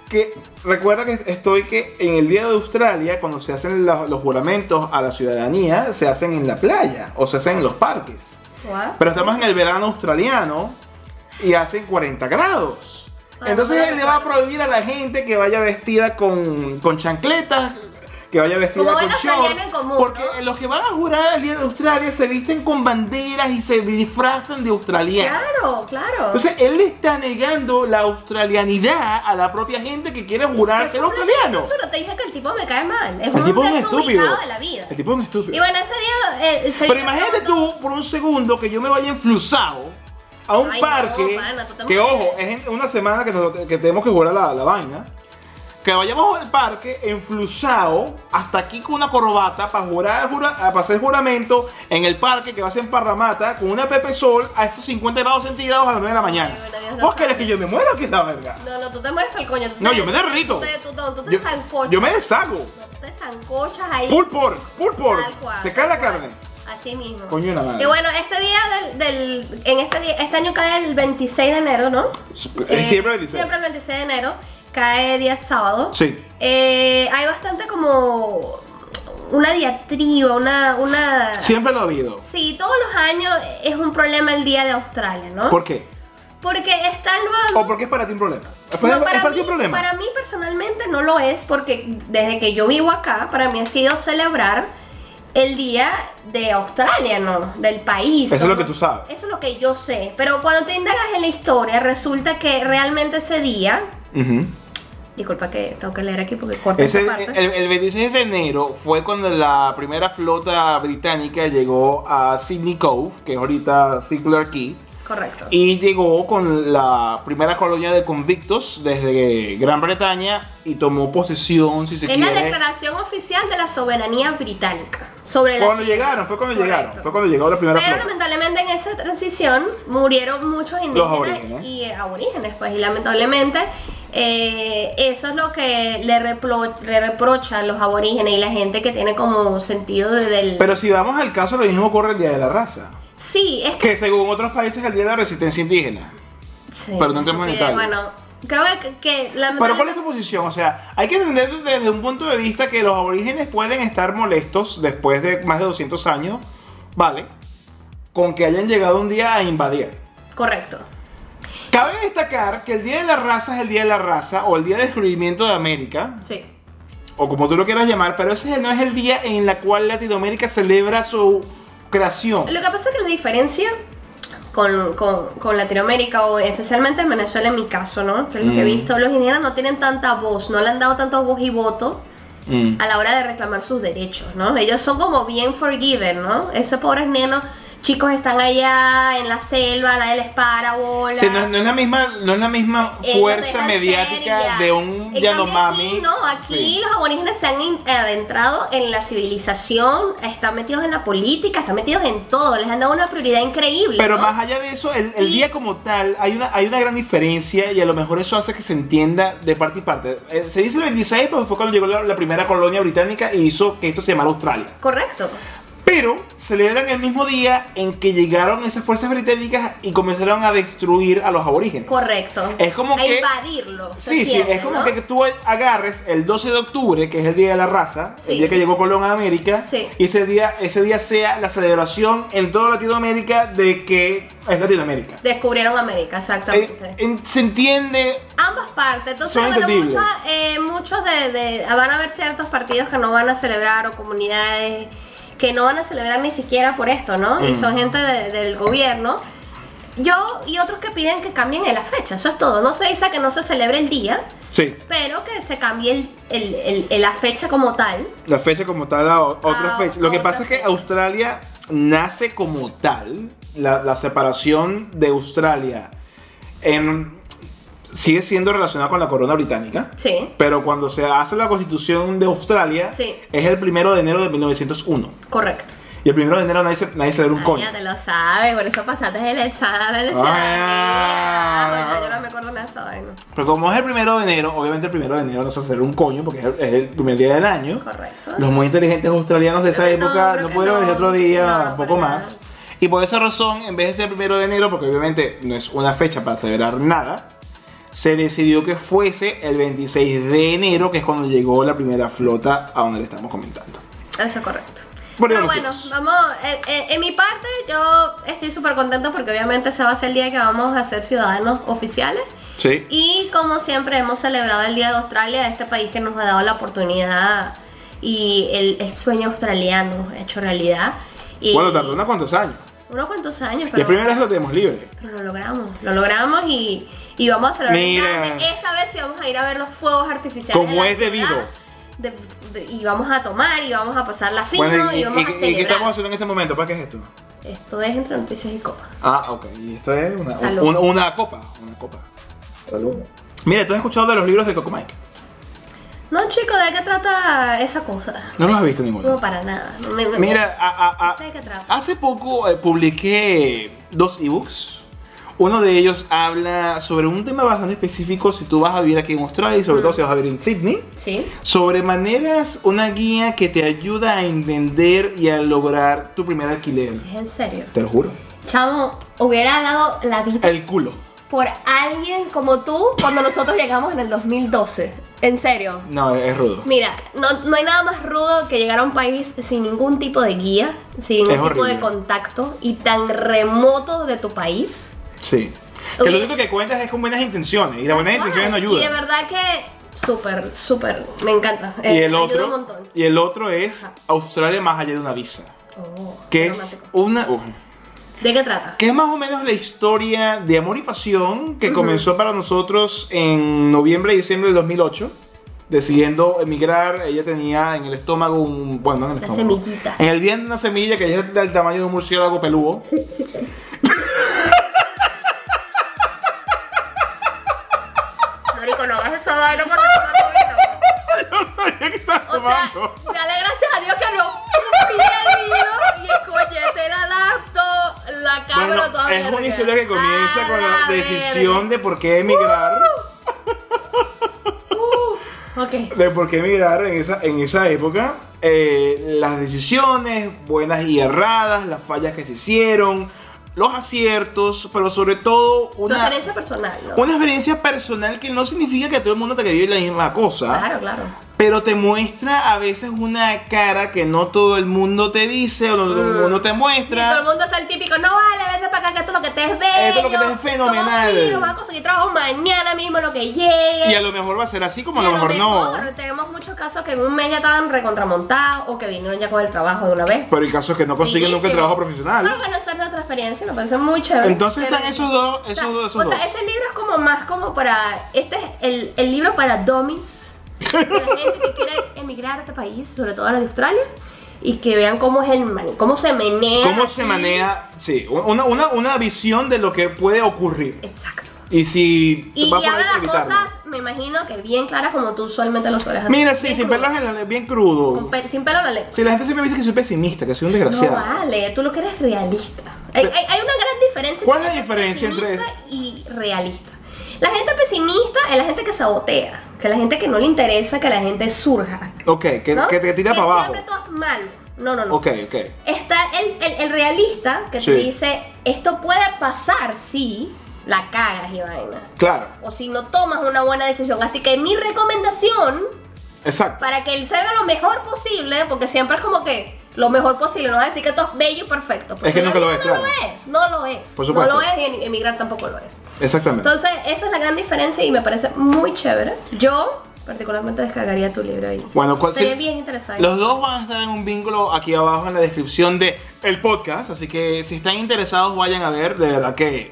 Speaker 2: que recuerda que estoy que en el día de Australia, cuando se hacen los, los juramentos a la ciudadanía, se hacen en la playa o se hacen en los parques.
Speaker 1: What?
Speaker 2: Pero estamos en el verano australiano y hacen 40 grados.
Speaker 1: Ah,
Speaker 2: Entonces
Speaker 1: bueno,
Speaker 2: él le va a
Speaker 1: claro.
Speaker 2: prohibir a la gente que vaya vestida con, con chancletas, que vaya vestida
Speaker 1: Como
Speaker 2: con
Speaker 1: el australiano
Speaker 2: short.
Speaker 1: en común,
Speaker 2: porque
Speaker 1: ¿no?
Speaker 2: los que van a jurar al Día de Australia se visten con banderas y se disfrazan de australianos.
Speaker 1: Claro, claro.
Speaker 2: Entonces él le está negando la australianidad a la propia gente que quiere jurar ser
Speaker 1: Pero tú no-
Speaker 2: australiano.
Speaker 1: tú solo te dije que el tipo me cae mal. Es
Speaker 2: El tipo es un
Speaker 1: desubicado
Speaker 2: estúpido.
Speaker 1: de la vida.
Speaker 2: El tipo es un estúpido.
Speaker 1: Y bueno, ese día eh, se
Speaker 2: Pero imagínate tú por un segundo que yo me vaya enflusado a un
Speaker 1: Ay, no,
Speaker 2: parque.
Speaker 1: pana, tú te
Speaker 2: que
Speaker 1: mueres.
Speaker 2: ojo, es en una semana que, nos- que tenemos que jugar a la, la vaina. Que vayamos al parque enflusado hasta aquí con una corbata para jurar, jura- para hacer juramento en el parque que va a ser en Parramata con una Pepe Sol a estos 50 grados centígrados a las 9 de la mañana.
Speaker 1: Ay, bueno, Dios
Speaker 2: ¿Vos
Speaker 1: lo
Speaker 2: querés que yo me muera o qué es la verga?
Speaker 1: No, no, tú te mueres el coño. Tú
Speaker 2: No,
Speaker 1: te-
Speaker 2: yo me
Speaker 1: tú te-
Speaker 2: derrito.
Speaker 1: Tú te, tú, tú te
Speaker 2: Yo,
Speaker 1: zancochas.
Speaker 2: yo me deshago.
Speaker 1: No, tú te zancochas ahí.
Speaker 2: Pull pork, pull pork.
Speaker 1: Tal cual,
Speaker 2: Se cae la
Speaker 1: tal cual.
Speaker 2: carne.
Speaker 1: Así mismo.
Speaker 2: Coño, la madre.
Speaker 1: Y bueno, este día del, del- en este día- este año cae el 26 de enero, ¿no?
Speaker 2: Eh,
Speaker 1: Eh,
Speaker 2: siempre me dice.
Speaker 1: Siempre el 26 de enero. Cae día sábado.
Speaker 2: Sí.
Speaker 1: Eh, hay bastante como una diatriba, una, una.
Speaker 2: Siempre lo ha habido.
Speaker 1: Sí, todos los años es un problema el día de Australia, ¿no?
Speaker 2: ¿Por qué?
Speaker 1: Porque está el
Speaker 2: ¿O
Speaker 1: bando.
Speaker 2: porque es para ti un problema? ¿Es
Speaker 1: No,
Speaker 2: para, es para ti
Speaker 1: mí,
Speaker 2: un problema?
Speaker 1: para mí personalmente no lo es porque desde que yo vivo acá, para mí ha sido celebrar el día de Australia, ¿no? Del país.
Speaker 2: Eso es
Speaker 1: ¿no?
Speaker 2: lo que tú sabes.
Speaker 1: Eso es lo que yo sé. Pero cuando te indagas en la historia, resulta que realmente ese día...
Speaker 2: Ujú.
Speaker 1: Disculpa que tengo que leer aquí porque corta
Speaker 2: Ese-
Speaker 1: esta parte.
Speaker 2: el, el 26 de enero fue cuando la primera flota británica llegó a Sydney Cove, que es ahorita Sinclair Key,
Speaker 1: Correcto.
Speaker 2: y llegó con la primera colonia de convictos desde Gran Bretaña y tomó posesión, si se
Speaker 1: es la
Speaker 2: quiere.
Speaker 1: declaración oficial de la soberanía británica sobre la
Speaker 2: Cuando llegaron, fue cuando
Speaker 1: Correcto.
Speaker 2: llegaron, fue cuando llegó la primera
Speaker 1: Pero
Speaker 2: flota.
Speaker 1: lamentablemente en esa transición murieron muchos indígenas
Speaker 2: aborígenes.
Speaker 1: y eh, aborígenes, pues, y lamentablemente Eh, eso es lo que le, repro- le reprochan los aborígenes y la gente que tiene como sentido de- del...
Speaker 2: Pero si vamos al caso, lo mismo ocurre el Día de la Raza.
Speaker 1: sí, es que...
Speaker 2: Que según otros países, el Día de la Resistencia Indígena.
Speaker 1: sí,
Speaker 2: pero no entremos en
Speaker 1: sí,
Speaker 2: detalle.
Speaker 1: Bueno, creo que... que
Speaker 2: Pero ¿cuál
Speaker 1: lamentablemente-
Speaker 2: es tu posición? O sea, hay que entender desde un punto de vista que los aborígenes pueden estar molestos después de más de 200 años, ¿vale? Con que hayan llegado un día a invadir.
Speaker 1: Correcto.
Speaker 2: Cabe destacar que el Día de la Raza es el Día de la Raza o el Día del Descubrimiento de América,
Speaker 1: Sí.
Speaker 2: o como tú lo quieras llamar, pero ese no es el día en la cual Latinoamérica celebra su creación.
Speaker 1: Lo que pasa es que la diferencia con, con- con Latinoamérica, o especialmente en Venezuela en mi caso, ¿no? Que es lo que he
Speaker 2: Mm.
Speaker 1: visto, los indígenas no tienen tanta voz, no le han dado tanta voz y voto
Speaker 2: Mm.
Speaker 1: a la hora de reclamar sus derechos, ¿no? Ellos son como bien forgiven, ¿no? Esos pobres nenos, chicos están allá en la selva, nadie les para bola.
Speaker 2: Sí, no, no es la misma, no es la misma
Speaker 1: Ellos
Speaker 2: fuerza
Speaker 1: dejan ser y
Speaker 2: mediática
Speaker 1: ya.
Speaker 2: de un
Speaker 1: En cambio,
Speaker 2: Yanomami.
Speaker 1: Aquí, no, aquí
Speaker 2: Sí.
Speaker 1: los aborígenes se han in- adentrado en la civilización, están metidos en la política, están metidos en todo, les han dado una prioridad increíble.
Speaker 2: Pero
Speaker 1: ¿no?
Speaker 2: más allá de eso, el, el
Speaker 1: Y-
Speaker 2: día como tal, hay una, hay una gran diferencia y a lo mejor eso hace que se entienda de parte y parte. Eh, se dice el 26 porque fue cuando llegó la, la primera colonia británica y hizo que esto se llamara Australia.
Speaker 1: Correcto.
Speaker 2: Pero celebran el mismo día en que llegaron esas fuerzas británicas y comenzaron a destruir a los aborígenes.
Speaker 1: Correcto.
Speaker 2: Es como
Speaker 1: a
Speaker 2: que-
Speaker 1: invadirlo. se
Speaker 2: Sí, sí,
Speaker 1: siente,
Speaker 2: es como
Speaker 1: ¿no?
Speaker 2: que tú agarres el 12 de octubre, que es el Día de la Raza,
Speaker 1: Sí.
Speaker 2: el día que llegó Colón a América,
Speaker 1: Sí.
Speaker 2: y ese día, ese día sea la celebración en toda Latinoamérica de que es Latinoamérica.
Speaker 1: Descubrieron América, exactamente.
Speaker 2: Eh, en- se entiende,
Speaker 1: Ambas partes, entonces
Speaker 2: Son
Speaker 1: bueno,
Speaker 2: entendibles.
Speaker 1: muchos, eh, muchos de, de- ah, van a haber ciertos partidos que no van a celebrar o comunidades que no van a celebrar ni siquiera por esto, ¿no? Y
Speaker 2: Mm.
Speaker 1: son gente de- del gobierno. Yo y otros que piden que cambien en la fecha, eso es todo. No se dice que no se celebre el día,
Speaker 2: sí,
Speaker 1: pero que se cambie el- el- el- el- la fecha como tal.
Speaker 2: la fecha como tal, la o- otra
Speaker 1: Ah,
Speaker 2: fecha. Lo que
Speaker 1: otra
Speaker 2: pasa es que
Speaker 1: fecha.
Speaker 2: Australia nace como tal, la, la separación de Australia en- sigue siendo relacionada con la corona británica.
Speaker 1: Sí,
Speaker 2: Pero cuando se hace la constitución de Australia,
Speaker 1: Sí.
Speaker 2: es el primero de enero de 1901.
Speaker 1: correcto.
Speaker 2: Y el primero de enero nadie se, nadie se le da un
Speaker 1: Ah,
Speaker 2: coño.
Speaker 1: ya te lo sabes, por eso pasaste el examen de
Speaker 2: Ah.
Speaker 1: ciudadanía. Coño, yo no me acuerdo nada de esa vaina.
Speaker 2: Pero como es el primero de enero, obviamente el primero de enero no se celebra un coño porque es el, es el primer día del año.
Speaker 1: Correcto.
Speaker 2: Los muy inteligentes australianos de esa
Speaker 1: Creo que no,
Speaker 2: época
Speaker 1: creo
Speaker 2: no,
Speaker 1: que
Speaker 2: pudieron
Speaker 1: no.
Speaker 2: elegir otro día,
Speaker 1: No,
Speaker 2: un poco
Speaker 1: para
Speaker 2: más. Y por esa razón, en vez de ser el primero de enero, porque obviamente no es una fecha para celebrar nada, se decidió que fuese el 26 de enero, que es cuando llegó la primera flota a donde le estamos comentando.
Speaker 1: Eso es correcto.
Speaker 2: Bueno,
Speaker 1: Pero
Speaker 2: los
Speaker 1: Ah, bueno,
Speaker 2: tips.
Speaker 1: vamos, eh, eh, en, mi parte yo estoy súper contenta porque obviamente se va a ser el día que vamos a ser ciudadanos oficiales.
Speaker 2: Sí.
Speaker 1: Y como siempre hemos celebrado el Día de Australia, este país que nos ha dado la oportunidad y el, el sueño australiano hecho realidad. Y
Speaker 2: Bueno, tardó unos cuantos años.
Speaker 1: unos cuantos años,
Speaker 2: Y
Speaker 1: pero,
Speaker 2: la primera vez lo tenemos libre.
Speaker 1: pero lo logramos, lo logramos y, y vamos a celebrar en
Speaker 2: Mira.
Speaker 1: grande. Esta vez sí vamos a ir a ver los fuegos artificiales.
Speaker 2: Como
Speaker 1: en la
Speaker 2: es debido.
Speaker 1: ciudad. De- de- y vamos a tomar y vamos a pasar la fino
Speaker 2: Bueno,
Speaker 1: y,
Speaker 2: y,
Speaker 1: vamos
Speaker 2: y-
Speaker 1: a
Speaker 2: y-
Speaker 1: celebrar.
Speaker 2: qué estamos haciendo en este momento? ¿Para qué es esto?
Speaker 1: Esto es entre noticias y copas.
Speaker 2: Ah, ok. Y esto es una,
Speaker 1: Salud.
Speaker 2: una, una copa. Una copa. Salud. Mira, ¿tú has escuchado de los libros de Coco Mike?
Speaker 1: No, chico, ¿de qué trata esa cosa?
Speaker 2: No los has visto ninguno.
Speaker 1: No, para nada. No me- me-
Speaker 2: Mira, a- a- a-
Speaker 1: No sé de qué trata.
Speaker 2: hace poco eh, publiqué dos ebooks. Uno de ellos habla sobre un tema bastante específico si tú vas a vivir aquí en Australia y sobre
Speaker 1: Mm.
Speaker 2: todo si vas a vivir en Sydney.
Speaker 1: Sí,
Speaker 2: Sobre maneras, una guía que te ayuda a entender y a lograr tu primer alquiler.
Speaker 1: es en serio.
Speaker 2: Te lo juro.
Speaker 1: Chamo, hubiera dado la vida
Speaker 2: El culo.
Speaker 1: por alguien como tú cuando nosotros llegamos en el 2012. En serio.
Speaker 2: No, es es rudo.
Speaker 1: Mira, no, no hay nada más rudo que llegar a un país sin ningún tipo de guía, sin ningún
Speaker 2: Es
Speaker 1: tipo
Speaker 2: horrible.
Speaker 1: de contacto y tan remoto de tu país.
Speaker 2: Sí. Que lo único que cuentas es con buenas intenciones. Y las buenas intenciones no
Speaker 1: Y de
Speaker 2: ayudan.
Speaker 1: verdad que súper, súper, me encanta.
Speaker 2: Y,
Speaker 1: Eh,
Speaker 2: el
Speaker 1: Ayuda
Speaker 2: otro.
Speaker 1: un montón.
Speaker 2: Y el otro es Australia más allá de una visa.
Speaker 1: Oh,
Speaker 2: Que
Speaker 1: qué
Speaker 2: es
Speaker 1: romántico.
Speaker 2: una. ujú.
Speaker 1: ¿De qué trata?
Speaker 2: Que es más o menos la historia de amor y pasión que comenzó para nosotros en noviembre y diciembre del 2008. Decidiendo emigrar, ella tenía en el estómago un. Bueno, no en el
Speaker 1: La
Speaker 2: estómago.
Speaker 1: semillita.
Speaker 2: En el diente una semilla que ya es del tamaño de un murciélago peludo.
Speaker 1: Marico, no hagas esa vaina con el
Speaker 2: Yo sabía que estaba
Speaker 1: O sea,
Speaker 2: tomando.
Speaker 1: dale gracias a Dios que no pide el vino y escollete la laptop, la cámara,
Speaker 2: Bueno,
Speaker 1: toda Ah,
Speaker 2: es una
Speaker 1: verga.
Speaker 2: historia que comienza
Speaker 1: A
Speaker 2: con la decisión de por qué emigrar.
Speaker 1: Ok.
Speaker 2: de por qué emigrar en esa, en esa época, eh, las decisiones buenas y erradas, las fallas que se hicieron, los aciertos, pero sobre todo
Speaker 1: Una
Speaker 2: una,
Speaker 1: experiencia personal, ¿no?
Speaker 2: una experiencia personal que no significa que todo el mundo te vivir la misma cosa,
Speaker 1: Claro, claro.
Speaker 2: pero te muestra a veces una cara que no todo el mundo te dice o no todo el
Speaker 1: Mm.
Speaker 2: mundo te
Speaker 1: Y todo el
Speaker 2: muestra.
Speaker 1: mundo está el típico, no vale, vete para acá, que esto es lo que te es bello.
Speaker 2: Esto es lo que te es fenomenal.
Speaker 1: todo fino, vas a conseguir trabajo mañana mismo, lo que llegue.
Speaker 2: Y a lo mejor va a ser así como a
Speaker 1: Y
Speaker 2: lo mejor no.
Speaker 1: mejor Tenemos muchos casos que en un mes ya estaban recontramontados o que vinieron ya con el trabajo de una vez.
Speaker 2: Pero el caso es que no consiguen nunca el
Speaker 1: Finísimo.
Speaker 2: trabajo profesional.
Speaker 1: Pero bueno, esa es nuestra experiencia, me parece muy chévere.
Speaker 2: Ah, Entonces
Speaker 1: Pero-
Speaker 2: están esos dos,
Speaker 1: o sea,
Speaker 2: esos dos, esos
Speaker 1: o
Speaker 2: dos.
Speaker 1: sea, ese libro es como más como para. Este es el, el libro para dummies. Para la gente que quiere emigrar a este país, sobre todo a la de Australia, y que vean cómo es el mane- cómo se menea.
Speaker 2: ¿Cómo se
Speaker 1: aquí.
Speaker 2: maneja? Sí, una, una, una visión de lo que puede ocurrir.
Speaker 1: Exacto.
Speaker 2: Y si
Speaker 1: Y,
Speaker 2: vas por
Speaker 1: habla
Speaker 2: ahí,
Speaker 1: las
Speaker 2: evitarlo.
Speaker 1: cosas, me imagino que bien claras como tú usualmente lo sueles hacer.
Speaker 2: Mira, sí,
Speaker 1: Bien
Speaker 2: sin
Speaker 1: crudo.
Speaker 2: pelos en la bien
Speaker 1: Con
Speaker 2: crudo.
Speaker 1: pe- Sin pelo en la lengua.
Speaker 2: Si la gente siempre me dice que soy pesimista, que soy
Speaker 1: No
Speaker 2: un desgraciado.
Speaker 1: vale, tú lo que eres realista. Hay, hay- hay una gran diferencia
Speaker 2: ¿Cuál es la
Speaker 1: entre
Speaker 2: diferencia entre
Speaker 1: pesimista y realista? La gente pesimista es la gente que sabotea, que la gente que no le interesa que la gente surja.
Speaker 2: Ok, que,
Speaker 1: ¿no?
Speaker 2: que te tira para abajo.
Speaker 1: Siempre todo es malo. No, no, no.
Speaker 2: Ok, ok.
Speaker 1: Está el, el- el realista que
Speaker 2: Sí.
Speaker 1: te dice, esto puede pasar si la cagas y vaina.
Speaker 2: Claro,
Speaker 1: O si no tomas una buena decisión. Así que mi recomendación
Speaker 2: exacto.
Speaker 1: para que él se haga lo mejor posible, porque siempre es como que lo mejor posible, no vas a decir que todo es bello y perfecto. porque
Speaker 2: Es que
Speaker 1: la
Speaker 2: nunca lo
Speaker 1: vida
Speaker 2: es,
Speaker 1: no
Speaker 2: claro.
Speaker 1: lo es, no lo es.
Speaker 2: Por supuesto.
Speaker 1: No lo es y en- emigrar tampoco lo es.
Speaker 2: Exactamente.
Speaker 1: Entonces, esa es la gran diferencia y me parece muy chévere. Yo, particularmente, descargaría tu libro ahí.
Speaker 2: Bueno, cual-
Speaker 1: Sería
Speaker 2: sí,
Speaker 1: bien interesante.
Speaker 2: los dos van a estar en un vínculo aquí abajo en la descripción de el podcast, así que si están interesados vayan a ver, de verdad que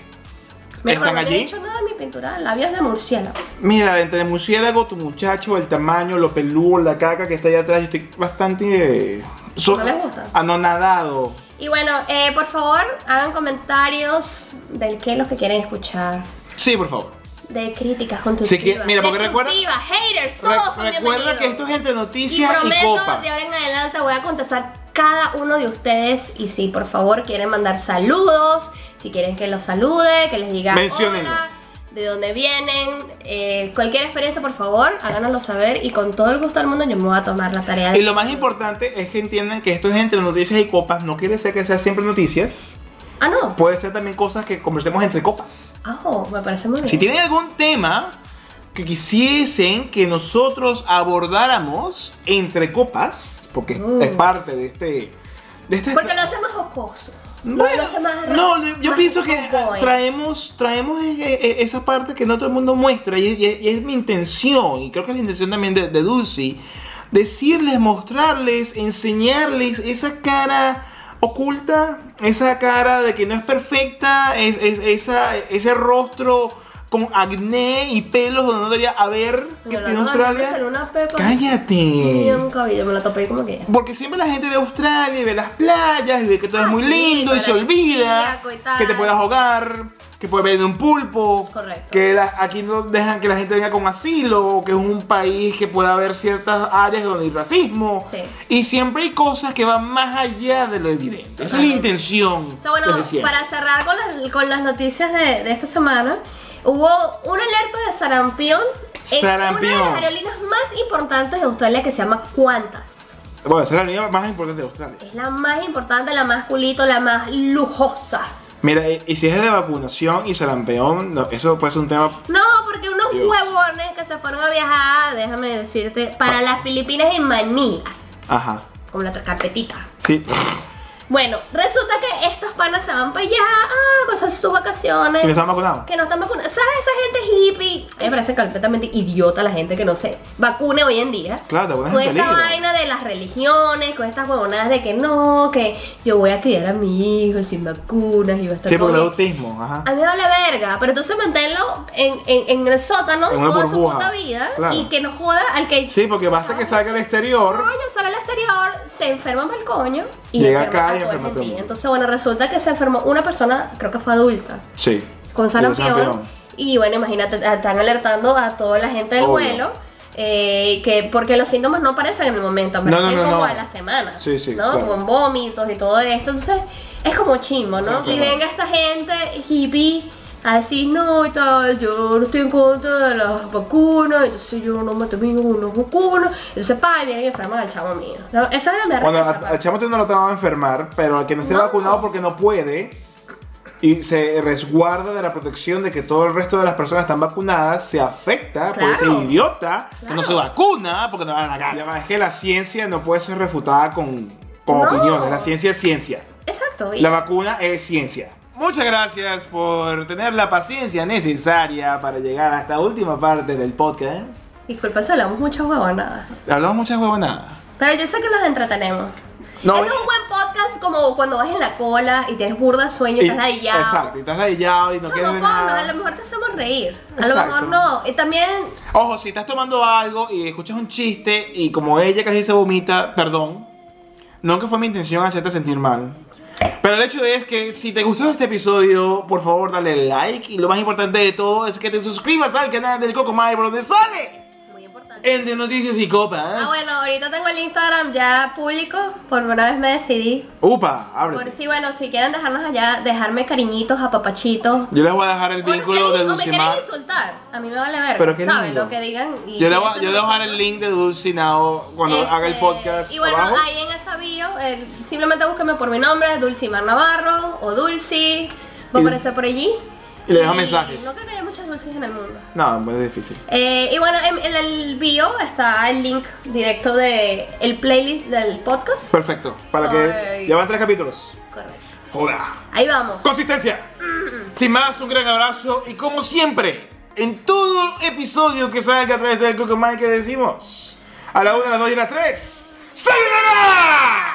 Speaker 1: Mira,
Speaker 2: están
Speaker 1: no había
Speaker 2: allí.
Speaker 1: hecho nada de mi pintura, labios de murciélago.
Speaker 2: Mira, entre el murciélago, tu muchacho, el tamaño, lo peludo, la caca que está allá atrás, yo estoy bastante. eh, so-
Speaker 1: ¿No les gusta?
Speaker 2: Anonadado.
Speaker 1: Y bueno, eh, por favor, hagan comentarios del qué es lo que quieren escuchar.
Speaker 2: Sí, por favor.
Speaker 1: De críticas constructivas.
Speaker 2: mira, porque recuerda-
Speaker 1: Destructivas, haters,
Speaker 2: Re-
Speaker 1: todos son
Speaker 2: recuerda
Speaker 1: bienvenidos.
Speaker 2: que esto es entre
Speaker 1: Y
Speaker 2: noticias y,
Speaker 1: prometo,
Speaker 2: copas.
Speaker 1: de ahora en adelante voy a contestar cada uno de ustedes. Y si por favor quieren mandar saludos, si quieren que los salude, que les diga
Speaker 2: Menciónenlo.
Speaker 1: hola, de dónde vienen, eh, cualquier experiencia, por favor, háganoslo saber. Y con todo el gusto del mundo, yo me voy a tomar la tarea de.
Speaker 2: Y lo más importante es que entiendan que esto es entre noticias y copas. No quiere ser que sea siempre noticias.
Speaker 1: Ah, no.
Speaker 2: Puede ser también cosas que conversemos entre copas.
Speaker 1: Ah, oh, me parece muy bien.
Speaker 2: Si tienen algún tema que quisiesen que nosotros abordáramos entre copas, porque
Speaker 1: Mm.
Speaker 2: es parte de este. De este
Speaker 1: Porque lo hace más jocoso. lo-
Speaker 2: Bueno,
Speaker 1: lo hace más
Speaker 2: no, yo- yo
Speaker 1: más
Speaker 2: pienso que
Speaker 1: cowboy.
Speaker 2: traemos, traemos e- e- e- esa parte que no todo el mundo muestra y, y- y es mi intención, y creo que es la intención también de, de Dulce, decirles, mostrarles, enseñarles esa cara oculta, esa cara de que no es perfecta, es, es- esa, ese rostro con acné y pelos donde no debería haber que
Speaker 1: Yo la
Speaker 2: tiene
Speaker 1: verdad, me salió
Speaker 2: Australia.
Speaker 1: una pepa. Y
Speaker 2: ¡Cállate!
Speaker 1: un cabello, me la topé como que.
Speaker 2: Porque siempre la gente ve Australia y ve las playas y ve que todo
Speaker 1: Ah,
Speaker 2: es muy
Speaker 1: sí,
Speaker 2: lindo y se olvida
Speaker 1: paradisíaco y tal.
Speaker 2: que te puedas ahogar, que puedes ver de un pulpo,
Speaker 1: Correcto.
Speaker 2: que la- aquí no dejan que la gente venga con asilo, que es un país que pueda haber ciertas áreas donde hay racismo.
Speaker 1: Sí.
Speaker 2: Y siempre hay cosas que van más allá de lo evidente. Esa es la
Speaker 1: Totalmente.
Speaker 2: intención.
Speaker 1: O sea, bueno,
Speaker 2: desde siempre.
Speaker 1: para cerrar con las, con las noticias de, de esta semana, hubo una alerta de sarampión en
Speaker 2: Sarampión.
Speaker 1: una de las aerolíneas más importantes de Australia que se llama Qantas.
Speaker 2: Bueno, esa es la unidad más importante de Australia.
Speaker 1: Es la más importante, la más culito, la más lujosa.
Speaker 2: Mira, eh, y y si es de vacunación y sarampeón, no, eso puede ser un tema
Speaker 1: No, porque unos
Speaker 2: Dios.
Speaker 1: huevones que se fueron a viajar, déjame decirte,
Speaker 2: Ah.
Speaker 1: para las Filipinas en Manila,
Speaker 2: Ajá.
Speaker 1: con la carpetita.
Speaker 2: Sí.
Speaker 1: Eh, Bueno, resulta que estos panas se van para allá, ah, pasan sus vacaciones.
Speaker 2: ¿Y no están vacunados?
Speaker 1: que no están vacunados. ¿Sabes? Esa gente hippie. A mí Me parece completamente idiota la gente que no se vacune hoy en día.
Speaker 2: Claro, te pones en
Speaker 1: Con esta
Speaker 2: peligro.
Speaker 1: vaina de las religiones, con estas huevonadas de que no, que yo voy a criar a mi hijo sin vacunas y va a estar
Speaker 2: Sí, porque
Speaker 1: todo
Speaker 2: el
Speaker 1: bien.
Speaker 2: autismo, ajá.
Speaker 1: A mí me vale verga, pero entonces manténlo en, en, en el sótano
Speaker 2: En una
Speaker 1: toda
Speaker 2: burbuja.
Speaker 1: su puta vida
Speaker 2: Claro.
Speaker 1: y que no joda al que
Speaker 2: Sí, porque basta que salga al exterior.
Speaker 1: coño sale al exterior, se enferma el coño y
Speaker 2: Llega
Speaker 1: enferma
Speaker 2: acá
Speaker 1: a
Speaker 2: y
Speaker 1: todo el
Speaker 2: enferma a todo el
Speaker 1: mundo.
Speaker 2: mundo.
Speaker 1: Entonces, bueno, resulta que se enfermó una persona, creo que fue adulta
Speaker 2: Sí.
Speaker 1: con
Speaker 2: Digo,
Speaker 1: sarampión.
Speaker 2: sarampión.
Speaker 1: Y bueno, imagínate, a- están alertando a toda la gente del
Speaker 2: Obvio.
Speaker 1: vuelo. eh, que porque los síntomas no aparecen en el momento,
Speaker 2: No, no,
Speaker 1: aparecen
Speaker 2: no,
Speaker 1: como
Speaker 2: no.
Speaker 1: a la semana,
Speaker 2: Sí, sí,
Speaker 1: ¿no?
Speaker 2: claro.
Speaker 1: Con vómitos y todo esto, entonces es como chismo, ¿no?
Speaker 2: Sí,
Speaker 1: y
Speaker 2: claro.
Speaker 1: venga esta gente hippie a decir, no, y tal, yo no estoy en contra de las vacunas, entonces yo no me tomo unos vacunas, entonces pa, y vienen y enferman al chavo mío. No, esa era mi
Speaker 2: Bueno, a- al chamo no lo te va a enfermar, pero al que no esté
Speaker 1: No.
Speaker 2: vacunado porque no puede y se resguarda de la protección de que todo el resto de las personas están vacunadas, se afecta por ese
Speaker 1: Claro.
Speaker 2: idiota que no se
Speaker 1: Claro.
Speaker 2: vacuna porque no van a ganar. Además es que la ciencia no puede ser refutada con, con
Speaker 1: No.
Speaker 2: opiniones, la ciencia es ciencia.
Speaker 1: Exacto. y-
Speaker 2: La vacuna es ciencia. Muchas gracias por tener la paciencia necesaria para llegar a esta última parte del podcast.
Speaker 1: Disculpa, si hablamos muchas huevonadas.
Speaker 2: Hablamos muchas huevonadas.
Speaker 1: Pero yo sé que nos entretenemos.
Speaker 2: No,
Speaker 1: Esto es un buen podcast como cuando vas en la cola y tienes burda de sueño y estás ladillado.
Speaker 2: Exacto, y estás ladillado y no,
Speaker 1: No,
Speaker 2: quieres
Speaker 1: no,
Speaker 2: ver
Speaker 1: porno, a
Speaker 2: nada.
Speaker 1: lo mejor te hacemos reír. A
Speaker 2: Exacto.
Speaker 1: lo mejor no. Y también,
Speaker 2: Ojo, si estás tomando algo y escuchas un chiste y como ella casi se vomita, perdón. Nunca fue mi intención hacerte sentir mal. Pero el hecho es que si te gustó este episodio, por favor dale like. Y lo más importante de todo es que te suscribas al canal del Coco Mai, por donde sale.
Speaker 1: muy importante.
Speaker 2: En de Noticias y Copas.
Speaker 1: Ah, bueno, ahorita tengo el Instagram ya público. Por una vez me decidí.
Speaker 2: Upa,
Speaker 1: Por
Speaker 2: ábrete.
Speaker 1: si, bueno, si quieren dejarnos allá, dejarme cariñitos, apapachitos.
Speaker 2: Yo les voy a dejar el
Speaker 1: O me
Speaker 2: vínculo de
Speaker 1: quieren- o me quieren
Speaker 2: Dulcimar.
Speaker 1: insultar. A mí me vale ver.
Speaker 2: Pero qué
Speaker 1: ¿Sabes?
Speaker 2: lindo.
Speaker 1: Lo que digan. y
Speaker 2: Yo le
Speaker 1: piensen de
Speaker 2: voy, yo le voy a dejar
Speaker 1: nosotros.
Speaker 2: el link de Dulcinao cuando
Speaker 1: Este,
Speaker 2: haga el podcast.
Speaker 1: Y bueno,
Speaker 2: abajo.
Speaker 1: ahí en esa bio, eh, simplemente búsquenme por mi nombre, Dulcimar Navarro o Dulci. Va a
Speaker 2: Y-
Speaker 1: aparecer por allí.
Speaker 2: y le deja mensajes.
Speaker 1: No creo que haya muchas dulces en el mundo.
Speaker 2: No, es difícil.
Speaker 1: Eh, y bueno, en, en el bio está el link directo de el playlist del podcast.
Speaker 2: Perfecto. Para que.
Speaker 1: Ay.
Speaker 2: Ya van tres capítulos.
Speaker 1: Correcto.
Speaker 2: Joda.
Speaker 1: Ahí vamos.
Speaker 2: Consistencia.
Speaker 1: Mm.
Speaker 2: Sin más, un gran abrazo y como siempre, en todo episodio que salga a través del Coco Mike que decimos, a la 1, a las 2 y a las 3, ¡se liberará!